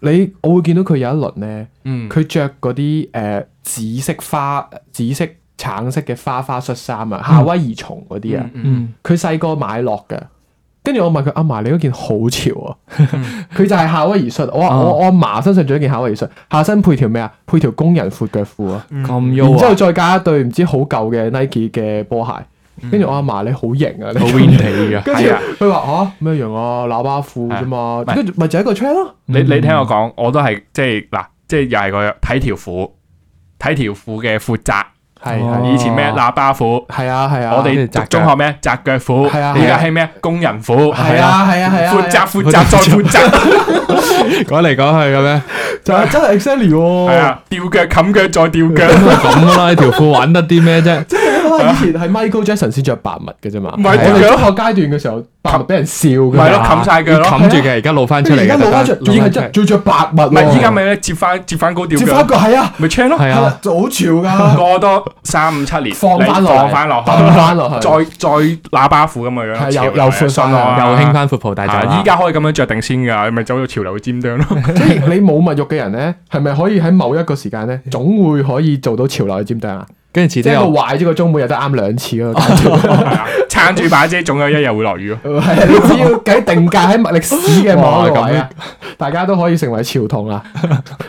你我會見到佢有一輪咧。嗯，佢啊着嗰啲誒紫色花、紫色橙色嘅花花恤衫啊，夏威夷蟲嗰啲啊，嗯，嗯，佢細個買落嘅。跟住我問佢阿嫲，你嗰件好潮啊！嗯 [laughs] 佢就係夏威夷恤，我話哦我我阿嫲身上着一件夏威夷恤，下身配條咩啊？配條工人闊腳褲啊！嗯咁然之後優啊，再加一對唔知好舊嘅 Nike 嘅波鞋。嗯跟住我阿嫲，你好型啊！好你 windy 跟嘅，住係啊 [laughs] 佢話吓咩樣啊？喇叭褲啫嘛，係跟住咪就係一個 trend 咯。你嗯你聽我講，我都係即係嗱，即係又係個睇條褲，睇條褲嘅闊窄。係哦係以前咩喇叭褲，係啊係啊！我即哋係窄腳中學咩窄腳褲，係啊而家係咩工人褲，係啊係啊係啊！闊窄闊窄再闊 [laughs] 窄， [laughs] 講嚟講去咁樣。就係真係 exactly 喎。係，啊，吊腳冚腳再吊腳， [laughs] 哦咁啊咁噶啦，你條褲玩得啲咩啫？以前係 Michael Jackson 先着白襪嘅啫嘛。唔係我哋點樣中學階段嘅時候，白襪俾人笑嘅。咪係咯啊冚晒腳咯啊冚住嘅，而家露翻出嚟而嘅，家攞翻着，特登仲係着仲着白襪喎。唔係依家咪咧接翻接翻高吊接翻腳，個係啊，咪 chain 咯，係係啊，啊，就好潮 [laughs] 噶，過多三五七年放翻落你嚟放翻落去，抌翻落去再再喇叭褲咁嘅樣，係潮又流又闊信返我啊啊又興翻闊袍大袖係依家可以咁樣着定先㗎，咪走到潮流嘅尖 [laughs] 端咯。即係你冇物欲嘅人咧，係咪可以喺某一個時 [laughs] 間咧，總會可以做到潮流嘅尖頂啊？跟住遲即啲係個又壞咗個鐘每日都啱兩次 [laughs] 咯。係係啊撐住把遮，總有一日會落雨咯。啊你只要喺定格喺歷史 [laughs] 嘅某一個哇位啊，大家都可以成為潮童啦。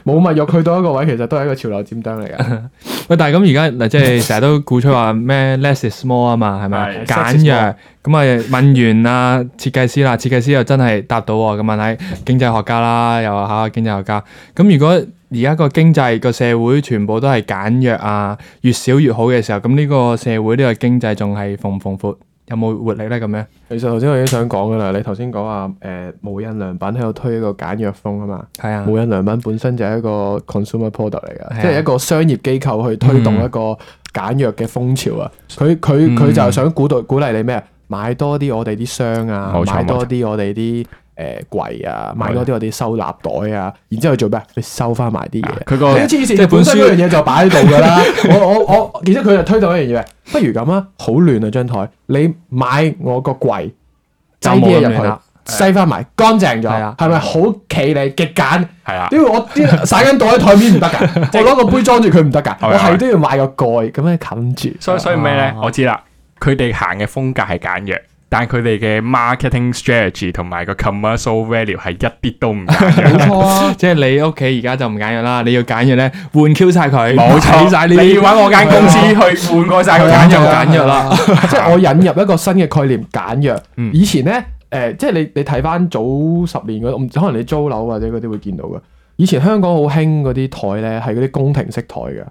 冇物欲去到一個位，其實都係一個潮流尖頂嚟嘅。喂，但係咁而家嗱，即係成日都鼓吹話咩 less is more 啊嘛，係咪？係簡約咁啊，問完啊設計師啦，設計師又真係答到喎。咁問下經濟學家啦，又考下經濟學家。咁如果而家個經濟個社會全部都係簡約啊，越少越好嘅時候，咁呢個社會呢個經濟仲係蓬唔蓬闊，有冇活力咧？咁樣其實頭先我已經想講噶啦，你頭先講話誒無印良品喺度推一個簡約風啊嘛，係啊，無印良品本身就係一個 consumer product 嚟係啊噶，即係一個商業機構去推動一個簡約嘅風潮啊。佢佢佢就係想鼓勵鼓勵你咩啊？買多啲我哋啲箱啊冇，錯買多啲我哋啲誒櫃啊，買多啲我啲收納袋啊，然之後做咩？你收翻埋啲嘢。佢個你黐即係線，本身本書嗰樣嘢就擺喺度㗎啦。我我我，然之後佢就推動一樣嘢，不如咁啊，好亂啊張台，你買我個櫃，就擠冇咁啲嘢入亂去啦，擠翻埋，乾淨咗，係啊係咪好企理極簡？係啊啦，因為我啲洗緊袋喺台面唔得㗎，我攞個杯裝住佢唔得㗎，係我啊係都要買個蓋咁樣冚住。所以所以咩咧啊？我知啦，佢哋行嘅風格係簡約，但係佢哋嘅 marketing strategy 同埋個 commercial value 係一啲都唔簡約。冇錯啊，即係你屋企而家就唔簡約啦，你要簡約咧，換 Q 晒佢，冇錯，睇晒呢啲你要揾我間公司去換過晒佢簡約簡約 [laughs] 就啦。簡約啦， [laughs] 即係我引入一個新嘅概念，簡約嗯。以前咧，誒，即係你你睇翻早十年嗰，唔可能你租樓或者嗰啲會見到嘅。以前香港好興嗰啲台咧，係嗰啲宮廷式台嘅，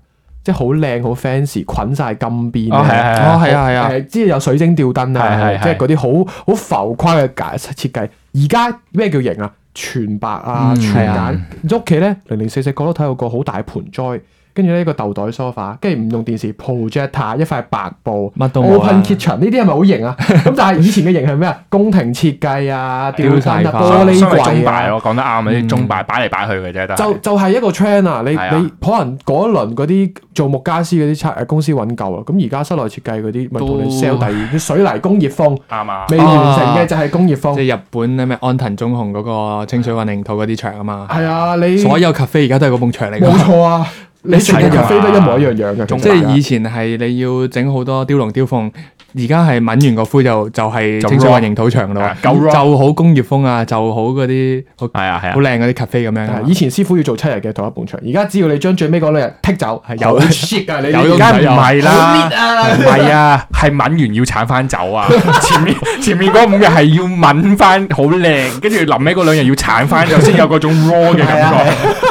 即係好靚好 fancy，捆晒金邊哦係係咧。係哦係啊係啊，誒，之後有水晶吊燈係係啊，係即係嗰啲好好浮誇嘅解設計。而家咩叫型啊？全白啊，嗯全係啊眼。屋企咧零零四四角都睇到個好大盆栽，跟住呢個豆袋梳化，跟住唔用電視 projector 一塊白布。乜都冇 open 啊， kitchen 呢啲係咪好型啊？咁但係以前嘅型係咩啊？宮廷設計啊，吊燈雕啊，大化玻璃所謂中櫃擺啊，我講得啱啊！啲嗯中擺擺嚟擺去嘅啫，都係就就係一個 trend 啊！你係啊你可能嗰一輪嗰啲做木家私嗰啲測公司揾夠啦，啊咁而家室內設計嗰啲咪同你都 sell 第二啲水泥工業風，啱啊！未完成嘅就係工業即風。係日本咧咩安藤忠雄嗰個清水混凝土嗰啲牆啊嘛，係啊，你所有 cafe 而家都係嗰埲牆嚟㗎冇嘛。錯啊！你成日一樣啊飛得一模一樣樣嘅，中啊即係以以前係你要整好多雕龍雕鳳，而家係抿完個灰就就係就清水 raw 混凝土牆咯啊，夠 raw 就好工業風啊，就好嗰啲好係啊係啊好。靚嗰啲 cafe 咁樣啊啊。以前師傅要做七日嘅同一埲牆，而家只要你將最尾嗰兩日剔走，係有好 shit 啊！你有而用家唔使唔有係啦好 lit 啊，唔係 [laughs] 啊，係抿完要鏟翻走啊！ [laughs] 前面前面嗰五日係要抿翻好靚，跟住臨尾嗰兩日要鏟翻走，先有嗰種 raw 嘅係感啊係覺。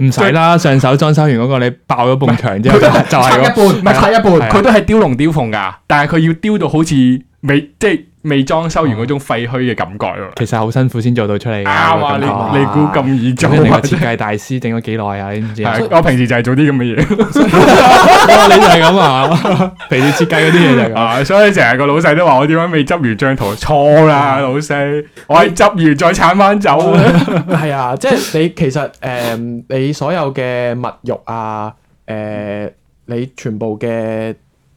唔使啦，上手裝修完嗰個你爆咗埲牆啊之後就 [laughs] 拆係一半，唔係拆一半，佢都啊係雕龍雕鳳㗎，但係佢要雕到好似未即係未裝修完嗰種廢墟嘅感覺喎。其實好辛苦先做到出嚟㗎。啱啊！你你估咁易做咁人哋個啊？設計大師整咗幾耐啊？你知唔知啊？係我平時就係做啲咁嘅嘢。你就係咁啊， [laughs] 皮設計嗰啲嘢就係咁。啊！所以成日個老細都話我點解未執完張圖？錯啦，老細，我係執完再鏟翻走啊。係啊，即係你其實誒、嗯你所有嘅物欲啊，誒、你全部嘅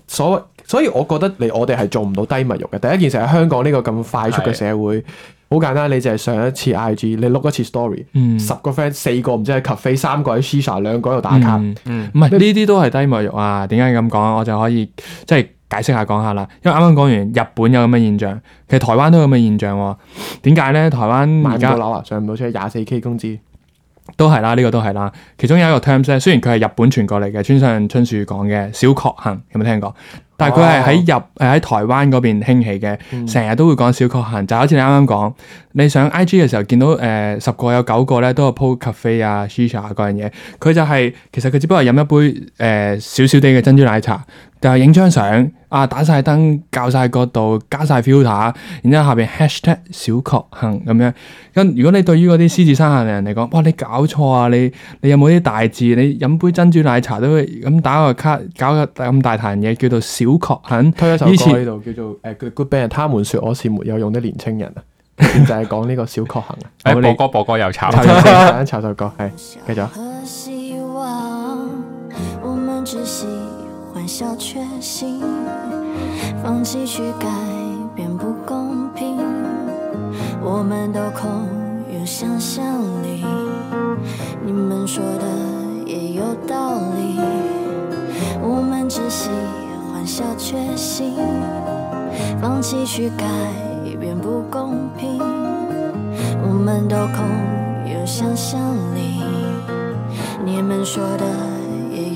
所謂，所以我覺得你我哋係做唔到低物欲嘅。第一件事係香港呢個咁快速嘅社會，好簡單，你就係上一次 IG，你碌一次 story，嗯十個 friend 四個唔知喺 cafe，三個喺 shisha，兩個喺度打卡。嗯嗯唔係呢啲都係低物欲啊？點解咁講？我就可以即係解釋下講下啦。因為啱啱講完日本有咁嘅現象，其實台灣都有咁嘅現象喎。點解咧？台灣買而唔到家樓啊，上唔到車，廿四 K 工資，都係啦，呢、個都係啦。其中有一個 terms 咧，雖然佢係日本傳過嚟嘅，村上春樹講嘅小確幸有冇聽過？但係佢係喺日誒喺台灣嗰邊興起嘅，成日、都會講小確幸，就好似你啱啱講，你上 IG 嘅時候見到誒十、個有九個咧都有 po cafe 啊、shisha 嗰樣嘢，佢就係、其實佢只不過係飲一杯誒、呃少少啲嘅珍珠奶茶，就係影張相啊，打晒燈、校晒角度、加晒 filter，然之後下邊 hashtag 小確幸咁樣。咁如果你對於嗰啲獅子山下嘅人嚟講，哇！你搞錯啊！你你有冇啲大字？你飲杯珍珠奶茶都會咁打個卡，搞個咁大壇嘢叫做小確幸。推一首以歌前呢度叫做誒、Good Good Band，他們說我是沒有用的年青人啊，就係講呢個小確 [laughs] 幸啊。 [laughs] 好誒，博你哥博哥又炒炒簡單炒首歌，係繼續啊。和希望，我们只喜欢小确幸，放弃去改变不公平，我们都空有想象力，你们说的也有道理，我们只喜欢小确幸，放弃去改变不公平，我们都空有想象力。你们说的也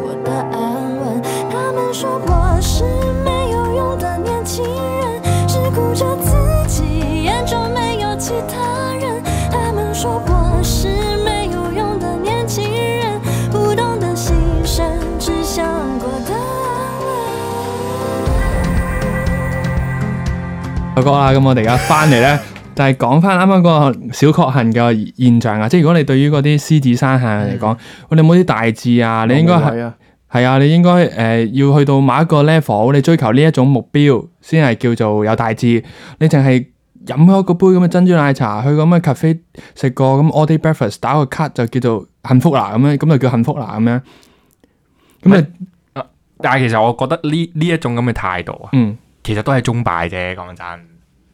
过得安稳。他们说我是没有用的年轻人，只顾着自己，眼中没有其他人。他们说我是没有用的年轻人，不懂得牺牲，只想过得安稳。有個角啦，咁我哋而家翻嚟咧。 [laughs] 就係講翻啱啱嗰個小確幸嘅現象啊！即係如果你對於嗰啲獅子山下嚟講，喂你冇啲大志啊，你應該係係啊，係啊，你應該誒、呃要去到某一個 level，你追求呢一種目標先係叫做有大志。你淨係飲開個杯咁嘅珍珠奶茶，去咁嘅 cafe 食個咁 all day breakfast，打個卡就叫做幸福啦咁樣，咁就叫幸福啦咁樣。咁啊，但係其實我覺得呢呢一種咁嘅態度啊，嗯，其實都係中敗啫。講真，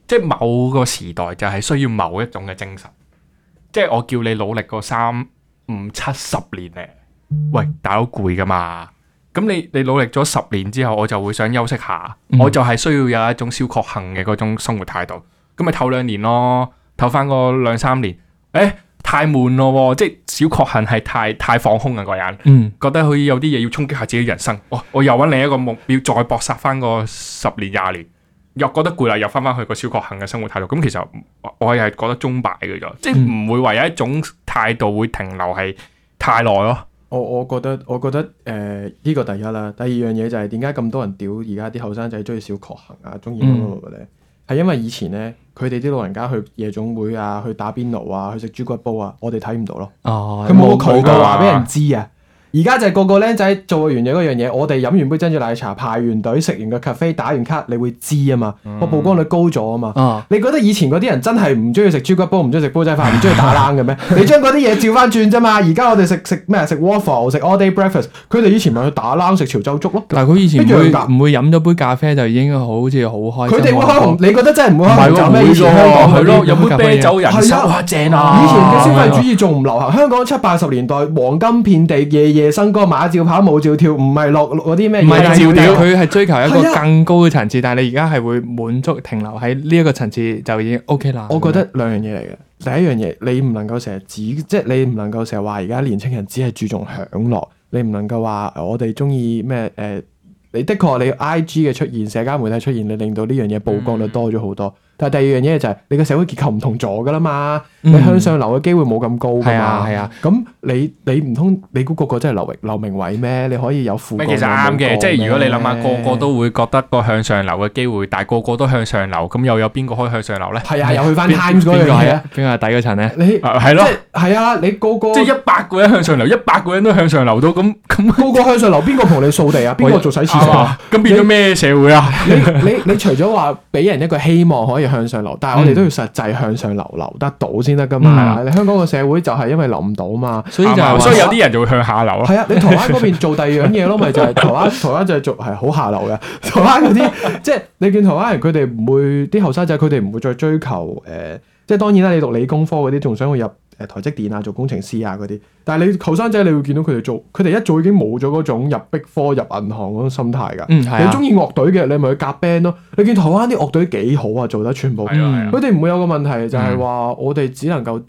即係某個時代就係需要某一種嘅精神。即係我叫你努力個三五七十年咧，喂，大佬攰噶嘛。咁你你努力咗十年之後，我就會想休息下，嗯我就係需要有一種小確幸嘅嗰種生活態度。咁咪唞兩年咯，唞翻個兩三年，誒、太悶咯喎，即係小確幸係太太放空啊個人。嗯，覺得佢有啲嘢要衝擊下自己人生，哦，我又揾另一個目標，再搏殺翻個十年廿年，又覺得攰啦，又翻翻去個小確幸嘅生活態度。咁其實我我係覺得中敗嘅啫，即係唔會話有一種態度會停留係太耐咯。我我覺得我覺得誒呃呢、個第一啦，第二樣嘢就係點解咁多人屌而家啲後生仔中意小確幸啊，中意乜嗯乜乜咧？係、因為以前咧，佢哋啲老人家去夜總會啊，去打邊爐啊，去食豬骨煲啊，我哋睇唔到咯。哦，佢冇冇渠㗎道話俾人知啊！而家就係個個僆仔做完嘢嗰樣嘢，我哋飲完杯珍珠奶茶，排完隊，食完個 cafe，打完卡，你會知啊嘛，嗯個曝光率高咗啊嘛。啊，你覺得以前嗰啲人真係唔中意食豬骨煲，唔中意食煲仔飯，唔中意打冷嘅咩？你將嗰啲嘢照翻轉啫嘛。而家我哋食食咩？食 waffle，食 all day breakfast。佢哋以前咪去打冷食潮州粥咯。但係佢以前唔會一樣㗎唔會飲咗杯咖啡就已經好似好開心。佢哋會開好紅，你覺得真係唔會開係紅喎酒咩？會以前香港喎係嗰啲咯，有杯啤酒人係啊生，哇正啊！以前嘅消費主義仲唔流行，香港七八十年代黃金遍地，夜夜笙歌，馬照跑，舞照跳，唔係落嗰啲咩唔係，嘢但照係屌佢係追求一係個啊更高嘅層次，但係你而家係會滿足停留喺呢一個層次就已經 OK 啦。我覺得兩樣嘢嚟嘅。第一樣嘢，你唔能夠成日指，即係你唔能夠成日話而家年青人只係注重享樂，你唔能夠話呃我哋中意咩誒？你的確你 I G 嘅出現，社交媒體出現，你令到呢樣嘢曝光率多咗好多。但係第二樣嘢就係你個社會結構唔同咗㗎啦嘛，嗯你向上流嘅機會冇咁高㗎嘛。係啊係啊，咁你你唔通你估個個真係劉劉明偉咩？你可以有富咩過其實啱有嘅，冇即係如果你過諗下咩個個都會覺得個向上流嘅機會，但係個個都向上流，咁又有邊個可以向上流咧？係啊，又去翻邊 Times 嗰邊樣個係嘢啊啊，邊個係底嗰層咧？你即啊係咯，係係啊，你個個即係一百個人向上流，一百個人都向上流到咁咁。個個向上流，邊個同你掃地啊？邊個做洗廁所啊？啊咁變咗咩社會啊？你你你除咗話俾人一個希望可以向上流，但係我哋都要實際向上流，流得到先得噶嘛。你香港個社會就係因為流唔到嘛。所以就啱啊係所以話有啲人就會向下流咯。係啊，你台灣嗰邊做第二樣嘢咯，咪就係台灣，台灣就係做係好下流嘅。台灣嗰啲 [laughs] 即係你見台灣人，佢哋唔會啲後生仔，佢哋唔會再追求誒、呃即係當然啦，你讀理工科嗰啲仲想去入誒、呃台積電啊，做工程師啊嗰啲。但係你後生仔，你會見到佢哋做，佢哋一早已經冇咗嗰種入逼科、入銀行嗰種心態㗎。嗯係啊你中意樂隊嘅，你咪去夾 band 咯。你見台灣啲樂隊幾好啊，做得全部。係啊係啊佢哋唔會有個問題，就係話我哋只能夠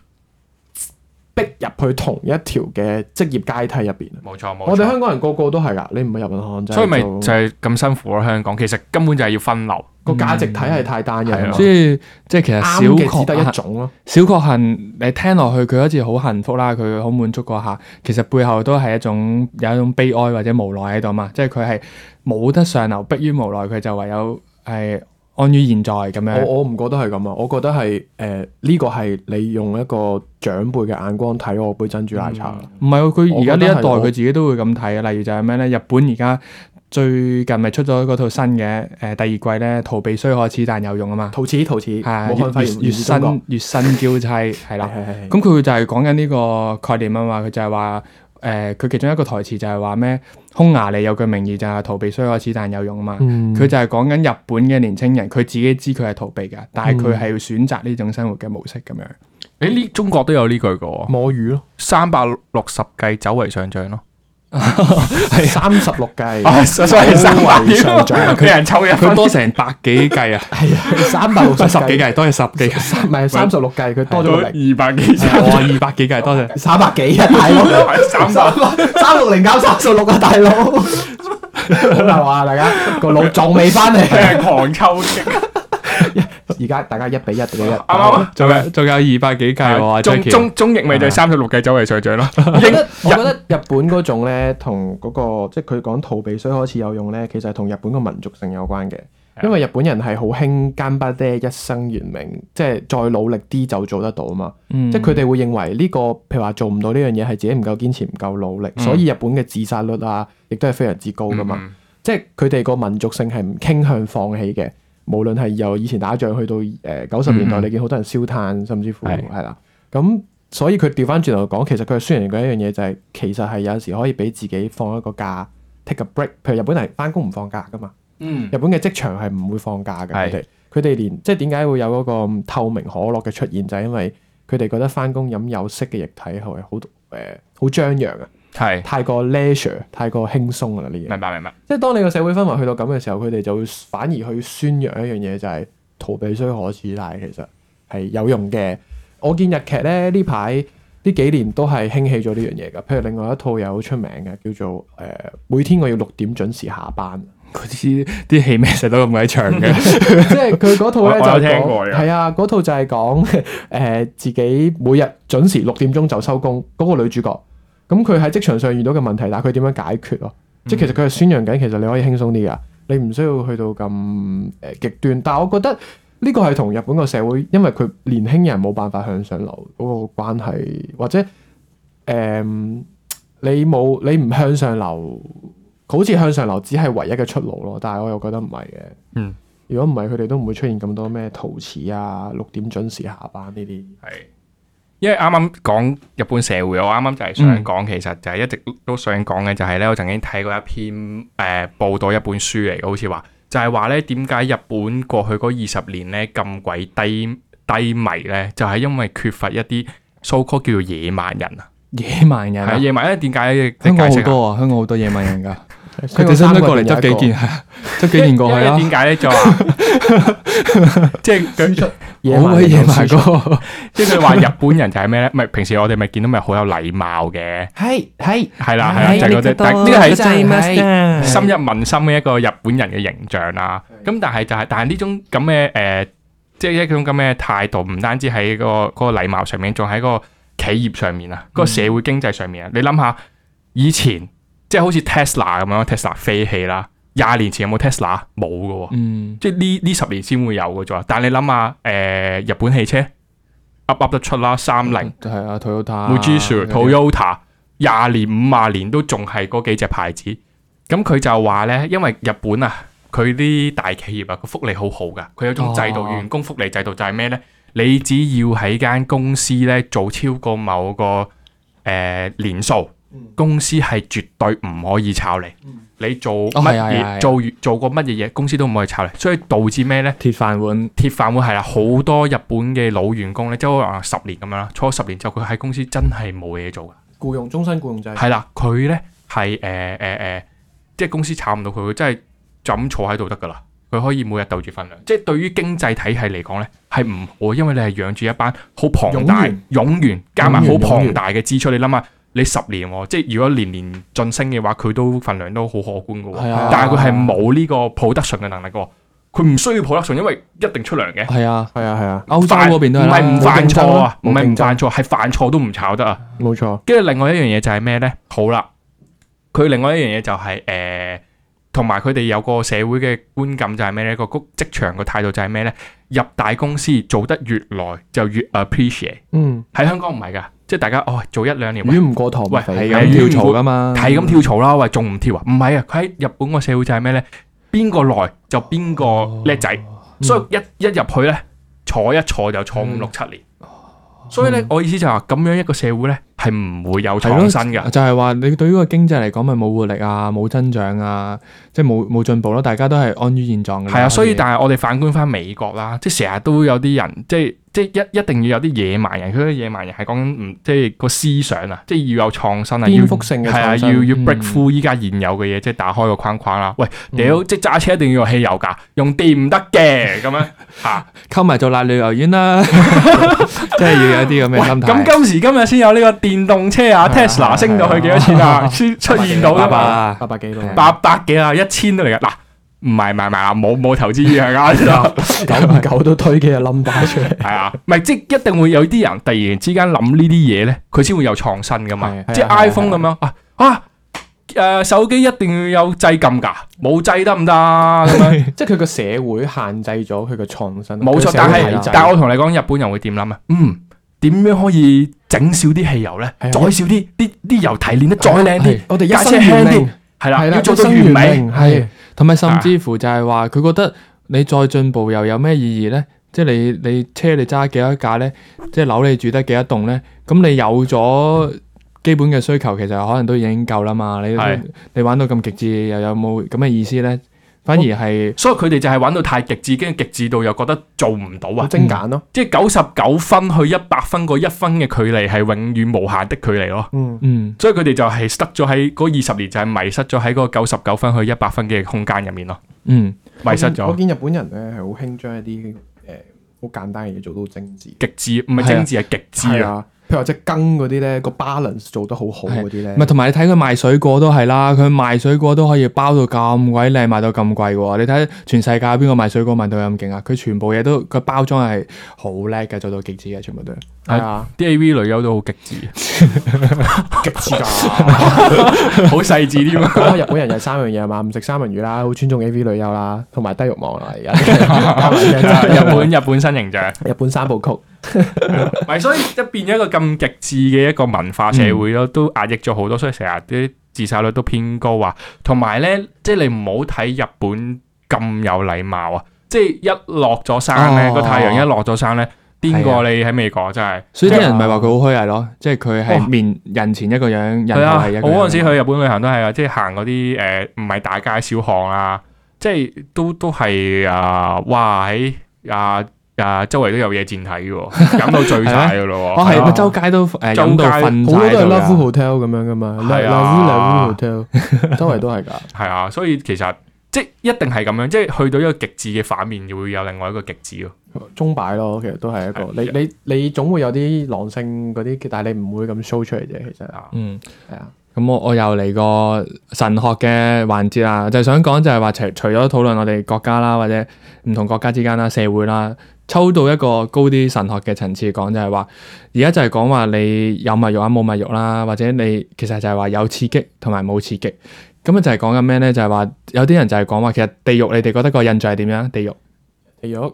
逼入去同一條嘅職業階梯入邊。啊冇錯冇我哋錯，香港人個個都係噶，你唔係入銀行就係所以咪做就係咁辛苦咯。香港其實根本就係要分流，個價值體係太單一啊係啊嘛，所以即係啊其實啱小嘅只得一確幸，種咯。小確幸你聽落去佢好似好幸福啦，佢好滿足嗰下，其實背後都係一種有一種悲哀或者無奈喺度嘛，即係佢係冇得上流，迫於無奈，佢就唯有係安於現在咁樣。我我唔覺得係咁啊，我覺得係誒呢個係你用一個長輩嘅眼光睇我杯珍珠奶茶啦。唔係喎，佢而家呢一代我覺得係佢我自己都會咁睇嘅，例如就係咩咧？日本而家最近咪出咗嗰套新嘅誒、呃第二季咧，逃避雖可恥但有用啊嘛，陶瓷陶瓷，係啊武漢肺炎越越源自中國新越新嬌妻 [laughs] 係啦。係係係咁佢就係講緊呢個概念啊嘛，佢就係話誒，佢、其中一個台詞就係話咩？匈牙利有句名言就係逃避雖可恥，但有用啊嘛。佢、嗯就係講緊日本嘅年青人，佢自己知佢係逃避㗎，但係佢係要選擇呢種生活嘅模式咁 [laughs] 樣。誒呢中國都有呢句嘅喎，摸魚咯，三百六十計走為上將咯。三十六 [laughs] 計， [laughs] 所以三百為上將 [laughs] 俾人抽一佢分。多成百幾計啊， [laughs] 係啊，三百六多十十幾計，計，多咗十幾計，唔係三十六計，佢多咗個零，二百 [laughs] 幾三哇，二百幾計，多謝。三百幾啊，大佬。百，三六零搞三十六啊，大佬！好難話啊，大家個腦仲未 [laughs] 翻俾嚟。人狂抽擊，而家大家一比一比一，啱啱仲有仲有二百幾計哦喎啊？中 Jackie 中中翼咪就係三十六計走為上將咯。我覺得我覺得日本嗰種咧，同嗰個即係佢講逃避雖可恥有用咧，其實係同日本個民族性有關嘅。因為日本人係好興間不爹一生懸命，即係再努力啲就做得到啊嘛。嗯即係佢哋會認為呢、個譬如話做唔到呢樣嘢係自己唔夠堅持、唔夠努力，嗯所以日本嘅自殺率啊，亦都係非常之高噶嘛。嗯即係佢哋個民族性係唔傾向放棄嘅，無論係由以前打仗去到誒九十年代，嗯你見好多人燒炭，甚至乎係係啦。咁所以佢調翻轉頭講，其實佢係宣揚緊一樣嘢就係、其實係有時可以俾自己放一個假，take a break。譬如日本人翻工唔放假噶嘛，嗯日本嘅職場係唔會放假嘅，佢係哋佢哋連即係點解會有嗰個透明可樂嘅出現，就係、因為佢哋覺得翻工飲有色嘅液體係好誒好張揚啊，係太過 leisure，太過輕鬆啊啦呢嘢。明白明白，即係當你個社會氛圍去到咁嘅時候，佢哋就會反而去宣揚一樣嘢，就係、逃避雖可恥，但係其實係有用嘅。我見日劇咧呢排呢幾年都係興起咗呢樣嘢㗎，譬如另外一套又好出名嘅叫做誒、呃每天我要六點準時下班，嗰啲啲戲咩成都咁鬼長嘅， [laughs] 即係佢嗰套咧我我有就聽過講㗎係啊，嗰套就係講 [laughs] 誒自己每日準時六點鐘就收工嗰個女主角，咁佢喺職場上遇到嘅問題，但係佢點樣解決咯？嗯即係其實佢係宣揚緊，其實你可以輕鬆啲噶，你唔需要去到咁誒、呃、極端。但係我覺得呢個係同日本個社會，因為佢年輕人冇辦法向上流嗰個關係，或者誒、嗯你冇你唔向上流，好似向上流只係唯一嘅出路咯。但係我又覺得唔係嘅。嗯，如果唔係，佢哋都唔會出現咁多咩陶瓷啊、六點準時下班呢啲。係。因為啱啱講日本社會，我啱啱就係想講，其實就係一直都想講嘅就係咧，我曾經睇過一篇誒、呃、報道一本書嚟嘅，好似話就係話咧點解日本過去嗰二十年咧咁鬼低低迷咧，就係、因為缺乏一啲 so called 叫做野蠻人啊， [laughs] 野蠻人係啊啊，野蠻人點解即香港係解好釋啊？多啊，香港好多野蠻人 [laughs] 㗎。佢佢哋使唔使過嚟執幾件？係啊執幾件過去因啊為？點解咧就話， [laughs] 即係佢。野好鬼蠻野人蠻哥，即係佢話日本人就係咩咧？咪平時我哋咪見到咪好有禮貌嘅，係係係啦係啊啦，就係嗰啲。但呢個係深入民心嘅一個日本人嘅形象啦。咁但係就係、但係呢種咁嘅誒，即係一種咁嘅態度，唔單止喺個嗰個禮貌上面，仲喺個企業上面啊，嗰個社會經濟上面啊。你諗下，以前即係好似 Tesla 咁樣，Tesla 飛起啦，廿年前有冇 Tesla？冇嘅喎。嗯，即係呢呢十年先會有嘅咋。但係你諗下，誒、日本汽車噏噏得出啦，三菱、係啊，Toyota、 Mujisu、Toyota，廿年五廿年都仲係嗰幾隻牌子。咁佢就話咧，因為日本啊，佢啲大企業啊，個福利好好噶，佢有種制度，哦員工福利制度就係咩咧？你只要喺間公司咧做超過某個誒、呃年數，嗯公司係絕對唔可以炒你。你做乜係啊係啊係嘢、啊做做過乜嘢嘢，公司都唔可以炒你，所以導致咩咧？鐵飯碗，鐵飯碗係啦，好多日本嘅老員工咧，即係可能十年咁樣啦，初十年之後佢喺公司真係冇嘢做㗎，僱用終身僱用制。係啦，佢咧係誒誒誒，即係公司炒唔到佢，佢真係就咁坐喺度得㗎啦，佢可以每日鬥住份糧，即係對於經濟體系嚟講咧係唔好，因為你係養住一班好龐大冗員冗員，加埋好冗員龐大嘅支出，你諗下。你十年喎，即係如果年年晉升嘅話，佢都份量都好可觀嘅係喎。啊但係佢係冇呢個 production 嘅能力嘅喎，佢唔需要 production，因為一定出糧嘅。係啊，係啊係啊，歐洲嗰邊都係唔啦係唔犯錯啊，唔冇競爭啦係唔犯錯，係犯錯都唔炒得啊。冇錯。跟住另外一樣嘢就係咩咧？好啦，佢另外一樣嘢就係、誒，同埋佢哋有個社會嘅觀感就係咩咧？個谷職場個態度就係咩咧？入大公司做得越耐就越 appreciate。嗯，喺香港唔係㗎，即係大家哦做一兩年。喂魚唔過塘喂唔係肥係咁咁跳槽噶嘛，係咁跳槽啦，喂，仲唔跳啊？唔係啊，佢喺日本個社會就係咩咧？邊個耐就邊個叻仔，所以一一入去咧，坐一坐就坐五六七年。所以咧，我意思就係話，咁樣一個社會咧，嗯係唔會有創新嘅。就係話你對於個經濟嚟講，咪冇活力啊，冇增長啊，即係冇冇進步咯。大家都係安於現狀嘅。係啊，所以但係我哋反觀翻美國啦，即係成日都有啲人，即係即係一一定要有啲野蠻人，佢啲野蠻人係講緊唔即係個思想啊，即係要有創新啊，要顛覆性嘅係啊，創要新要嗯 break through 依家現有嘅嘢，即係打開個框框啦。喂，嗯屌，即係揸車一定要用汽油㗎，用電唔得嘅咁 [laughs] 樣嚇。溝埋做辣女油丸 [laughs] 啦， [laughs] 即係要有啲咁嘅心咁態。今時今日先有呢個電動車啊，Tesla 升到去幾多錢 [laughs] 啊？先出現到爸㗎嘛。爸八百幾咯。八百幾啊，一千都嚟噶。嗱，唔係唔係唔係啊，冇冇投資意向 [laughs] 啊，係九唔九都推幾隻 number 出 [laughs] 嚟。啊，唔係即係一定會有啲人突然之間諗呢啲嘢咧，佢先會有創新噶嘛係啊。即係係啊 iPhone 咁樣啊啊，诶手機一定要有掣撳㗎，冇掣得唔得啊咁樣？即係佢個社會限制咗佢嘅創新，冇佢個社錯，但會體係制但係我同你講，日本人會點諗啊？嗯，點樣可以整少啲汽油咧？係啊再少啲，啲啲油提煉得再靚係啲，我哋一架車生懸輕啲命，係啦，係啦要做一到完生懸美命。係同埋甚至乎就係話佢覺得你再進步又有咩意義咧？即係你你車你揸幾多架咧？即係樓你住得幾多棟咧？咁你有咗基本嘅需求，其實可能都已經夠啦嘛。你係你玩到咁極致，又有冇咁嘅意思咧？反而係所以佢哋就係玩到太極致，跟住極致到又覺得做唔到好啊！精簡咯。即係九十九分去一百分嗰一分嘅距離係永遠無限的距離咯。嗯，嗯所以佢哋就係塞咗喺嗰二十年，就係迷失咗喺嗰九十九分去一百分嘅空間入面咯，嗯迷失我咗見日本人咧係好興將一啲誒好簡單嘅嘢做到精緻。極致，唔係精緻係極致係啊！啊，譬如話隻羹嗰啲咧，個 balance 做得好好嗰啲咧唔，係，同埋你睇佢賣水果都係啦，佢賣水果都可以包到咁鬼靚，賣到咁貴嘅喎。你睇全世界邊個賣水果賣到咁勁啊？佢全部嘢都個包裝係好叻嘅，做到極致嘅，全部都係。係啊，啲 A.V. 女優都好極 [laughs] 致，啊極 [laughs] 致㗎。好細 [laughs] 緻添啊！講開日本人有三樣嘢係啊嘛，唔食三文魚啦，好尊重 A.V. 女優啦，同埋低欲望啦，而家加埋呢 [laughs] 一隻 [laughs] 日本日本新形象，日本三部曲，咪所以即係變咗一個咁極致嘅一個文化社會嗯咯，都壓抑咗好多，所以成日啲自殺率都偏高啊。同埋咧，即係你唔好睇日本咁有禮貌啊！即係一落咗山咧，哦個太陽一落咗啊山咧，癲過你喺美國真係。所以啲人唔係話佢好虛偽咯，即係佢係面人前一個樣，人後係啊係一，個樣。我嗰陣時去日本旅行都係啊，即係行嗰啲誒唔係大街小巷啊，即係都都係啊，哇喺啊啊周圍都有嘢戰睇 [laughs] 嘅喎，飲到醉晒嘅咯我喎，哦係係啊咪周街都誒飲到周街瞓好多晒都係喺 Love 度㗎 Hotel 咁樣噶嘛係啊，Love Love Hotel [laughs] 周圍都係㗎。係啊，所以其實即係一定係咁樣，即係去到一個極致嘅反面，會有另外一個極致咯。中擺咯，其實都係一個你你你總會有啲狼性嗰啲，但係你唔會咁 show 出嚟啫。其實啊嗯。係啊，咁我我又嚟個神學嘅環節啦，就係想講就係話除除咗討論我哋國家啦，或者唔同國家之間啦、社會啦，抽到一個高啲神學嘅層次講，就係話而家就係講話你有物欲啊、冇物欲啦，或者你其實就係話有刺激同埋冇刺激。咁啊就係講緊咩咧？就係話有啲人就係講話，其實地獄你哋覺得個印象係點樣？地獄地獄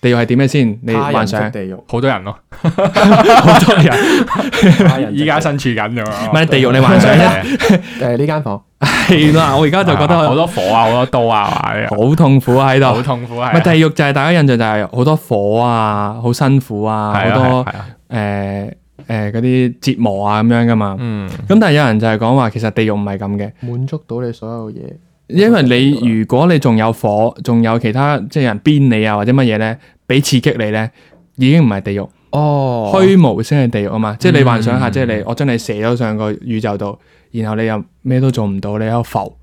地獄係點嘅先？你他人幻即想地獄，好多人咯，好多人， [laughs] 他人即依家地獄身處緊咁樣唔係地獄你幻想啫。 [laughs] [laughs] 誒呢間房 [laughs] 係啦，我而家就覺好得多火啊，好多刀啊，好痛苦啊喺度好。痛苦咪係地獄就係大家印象就係好多火啊，好辛苦啊，係啊好多係啊誒誒嗰啲折磨啊咁樣噶嘛。嗯咁但係有人就係講話，其實地獄唔係咁嘅，滿足到你所有嘢，因為你如果你仲有火，仲有其他即係人鞭你啊或者乜嘢咧，俾刺激你咧，已經唔係地獄，哦虛無先係地獄啊嘛。即係你幻想下，嗯即係你我將你射咗上個宇宙度，然後你又咩都做唔到，你喺度浮，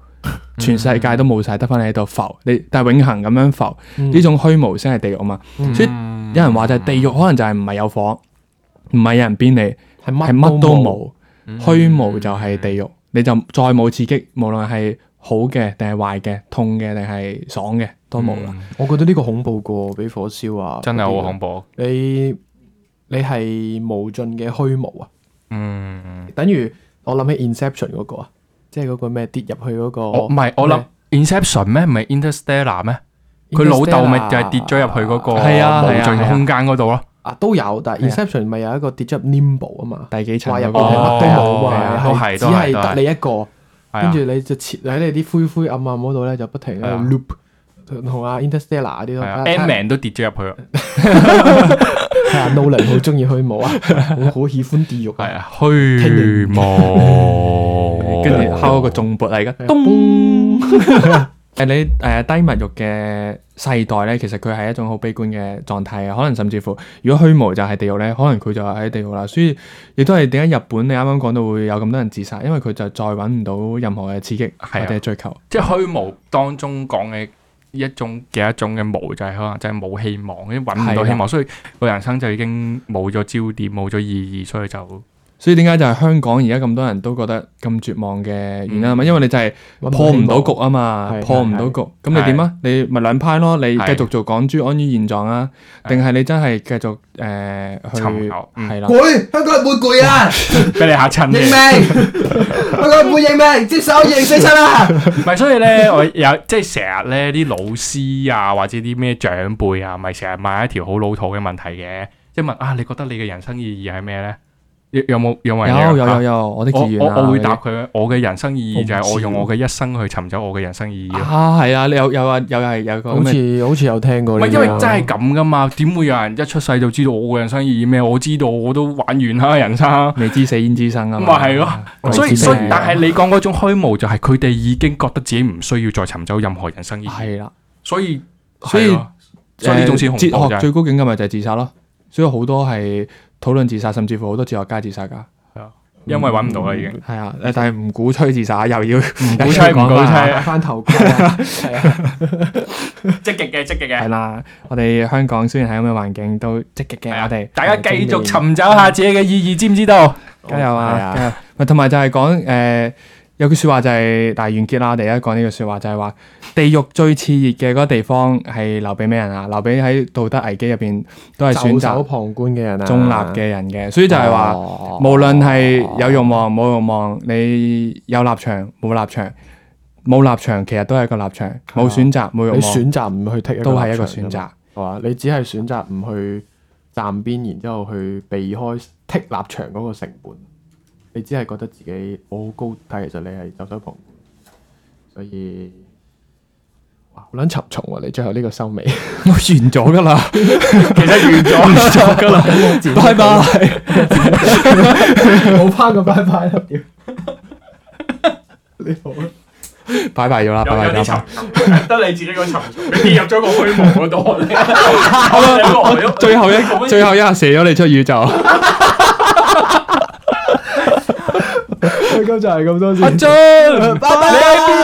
全世界都冇晒，得翻你喺度浮，你但係永恆咁樣浮，嗯呢種虛無先係地獄啊嘛。所以有人話就係地獄可能就係唔係有火，唔係有人鞭你，係係乜都，冇，虛無就係地獄，你就再冇刺激，無論係好嘅定係壞嘅，痛嘅定係爽嘅都冇嗯啦。我覺得呢個恐怖過俾火燒啊！真係好恐怖。怖，你你係無盡嘅虛無啊！嗯，等於我諗起 Inception 嗰個啊，即係嗰個咩跌入去嗰個，我唔係我諗 Inception 咩？唔係 Interstellar 咩？佢老豆咪就係跌咗入去嗰個無 Interstellar 係啊係啊盡嘅空間嗰度咯。啊都有，但係 Inception 咪有一個跌咗入 Nimble 啊嘛，第幾層話入嗰邊個係乜都冇係啊啊，都係係只都係都係係得你一個，係跟啊住你就切喺你啲灰灰暗暗嗰度咧，就不停喺係啊度 loop，同啊 Interstellar 嗰啲係咯啊睇下睇下，M Man 都跌咗入去咯。係啊，Nolan 好中意虛無啊，我好喜歡地獄係啊，啊，虛 [laughs] 無，跟住敲一個重撥嚟而家係啊咚。咚 [laughs] 誒你誒低物欲嘅世代咧，其實佢係一種好悲觀嘅狀態啊嘅，可能甚至乎如果虛無就係地獄咧，可能佢就喺地獄啦。所以亦都係點解日本你啱啱講到會有咁多人自殺，因為佢就再揾唔到任何嘅刺激係啊或者追求。 [laughs] 即係虛無當中講嘅一種嘅一種嘅無，就係可能就係冇希望，因為揾唔到希係望，所以個人生就已經冇咗焦點，冇咗意義，所以就所以點解就係香港而家咁多人都覺得咁絕望嘅原因啊嘛？因為你就係搵到破唔到希望局啊嘛，係破唔到局，咁你點啊？你咪兩派咯，你繼係續做港豬安於現狀啊，係定係你真係繼續誒尋去求嗯係啦？攰，香港人會攰啊！俾你嚇親認命，嘅。香港人會認命，接受二零四七啦！唔係，所以咧，我有即係成日咧，啲老師啊，或者啲咩長輩啊，咪成日問一條好老土嘅問題嘅，即係問啊，你覺得你嘅人生意義係咩咧？有有冇有冇人有有啊有有，我的我志願我啊我會答你佢，我嘅人生意義就我唔係知我用我嘅一生去尋找我嘅人生意義咯。啊，係啊，你有有啊，有係有個咁好嘅似好似有聽過唔呢係啲啊。因為真係咁噶嘛，點會有人一出世就知道我嘅人生意義咩？我知道我都玩完啦人生，未知死焉知生啊嘛，咪係咯。鬼所以知所以咩，但係你講嗰種虛無，就係佢哋已經覺得自己唔需要再尋找任何人生意義，係啦。所以所以係咯啊哦所以呢種先誒恐怖哲學啫。最高境界咪就係自殺咯，所以好多係討論自殺，甚至乎好多哲學家自殺㗎。因為揾唔到啦已經。係啊，誒但係唔鼓吹自殺，又要唔鼓吹唔鼓吹戴翻頭盔啊，係啊，積極嘅，積極係。啦，我哋香港雖然係咁嘅環境，都積極嘅，我哋啊大家繼續尋找下自己嘅意義，知唔知道？加油係啊！啊加油！咪同埋就係講誒，有句説話就係，但係完結啦，我哋而家講呢句説話就係話，地獄最熾熱嘅嗰個地方係留俾咩人啊？留俾喺道德危機入邊都 [laughs] 係選袖手擇旁觀嘅人啊，中立嘅人嘅，所以就係話。哦無論係有欲望冇欲望，你有立場冇立場，冇立場其實都係一個立場，冇選擇冇欲啊你望選擇唔去剔，都係一個選擇，。 [laughs] 係啊嘛？你只係選擇唔去站邊，然之後去避開剔立場嗰個成本。你只係覺得自己我好高，但係其實你係袖手旁觀，所以哇，好撚沉重喎、你最後呢個收尾，我完咗噶啦， [laughs] 其實完咗， [laughs] 完咗㗎啦。拜拜。 [laughs] 冇翻個拜拜啦，屌！你好啊，拜拜咗啦，拜拜咗啦。沉， [laughs] 得你自己個沉，你跌入咗個虛無嗰度咧。 [laughs] 最後一最後一下射咗你出宇宙，阿今集係咁多先。張，拜拜。啊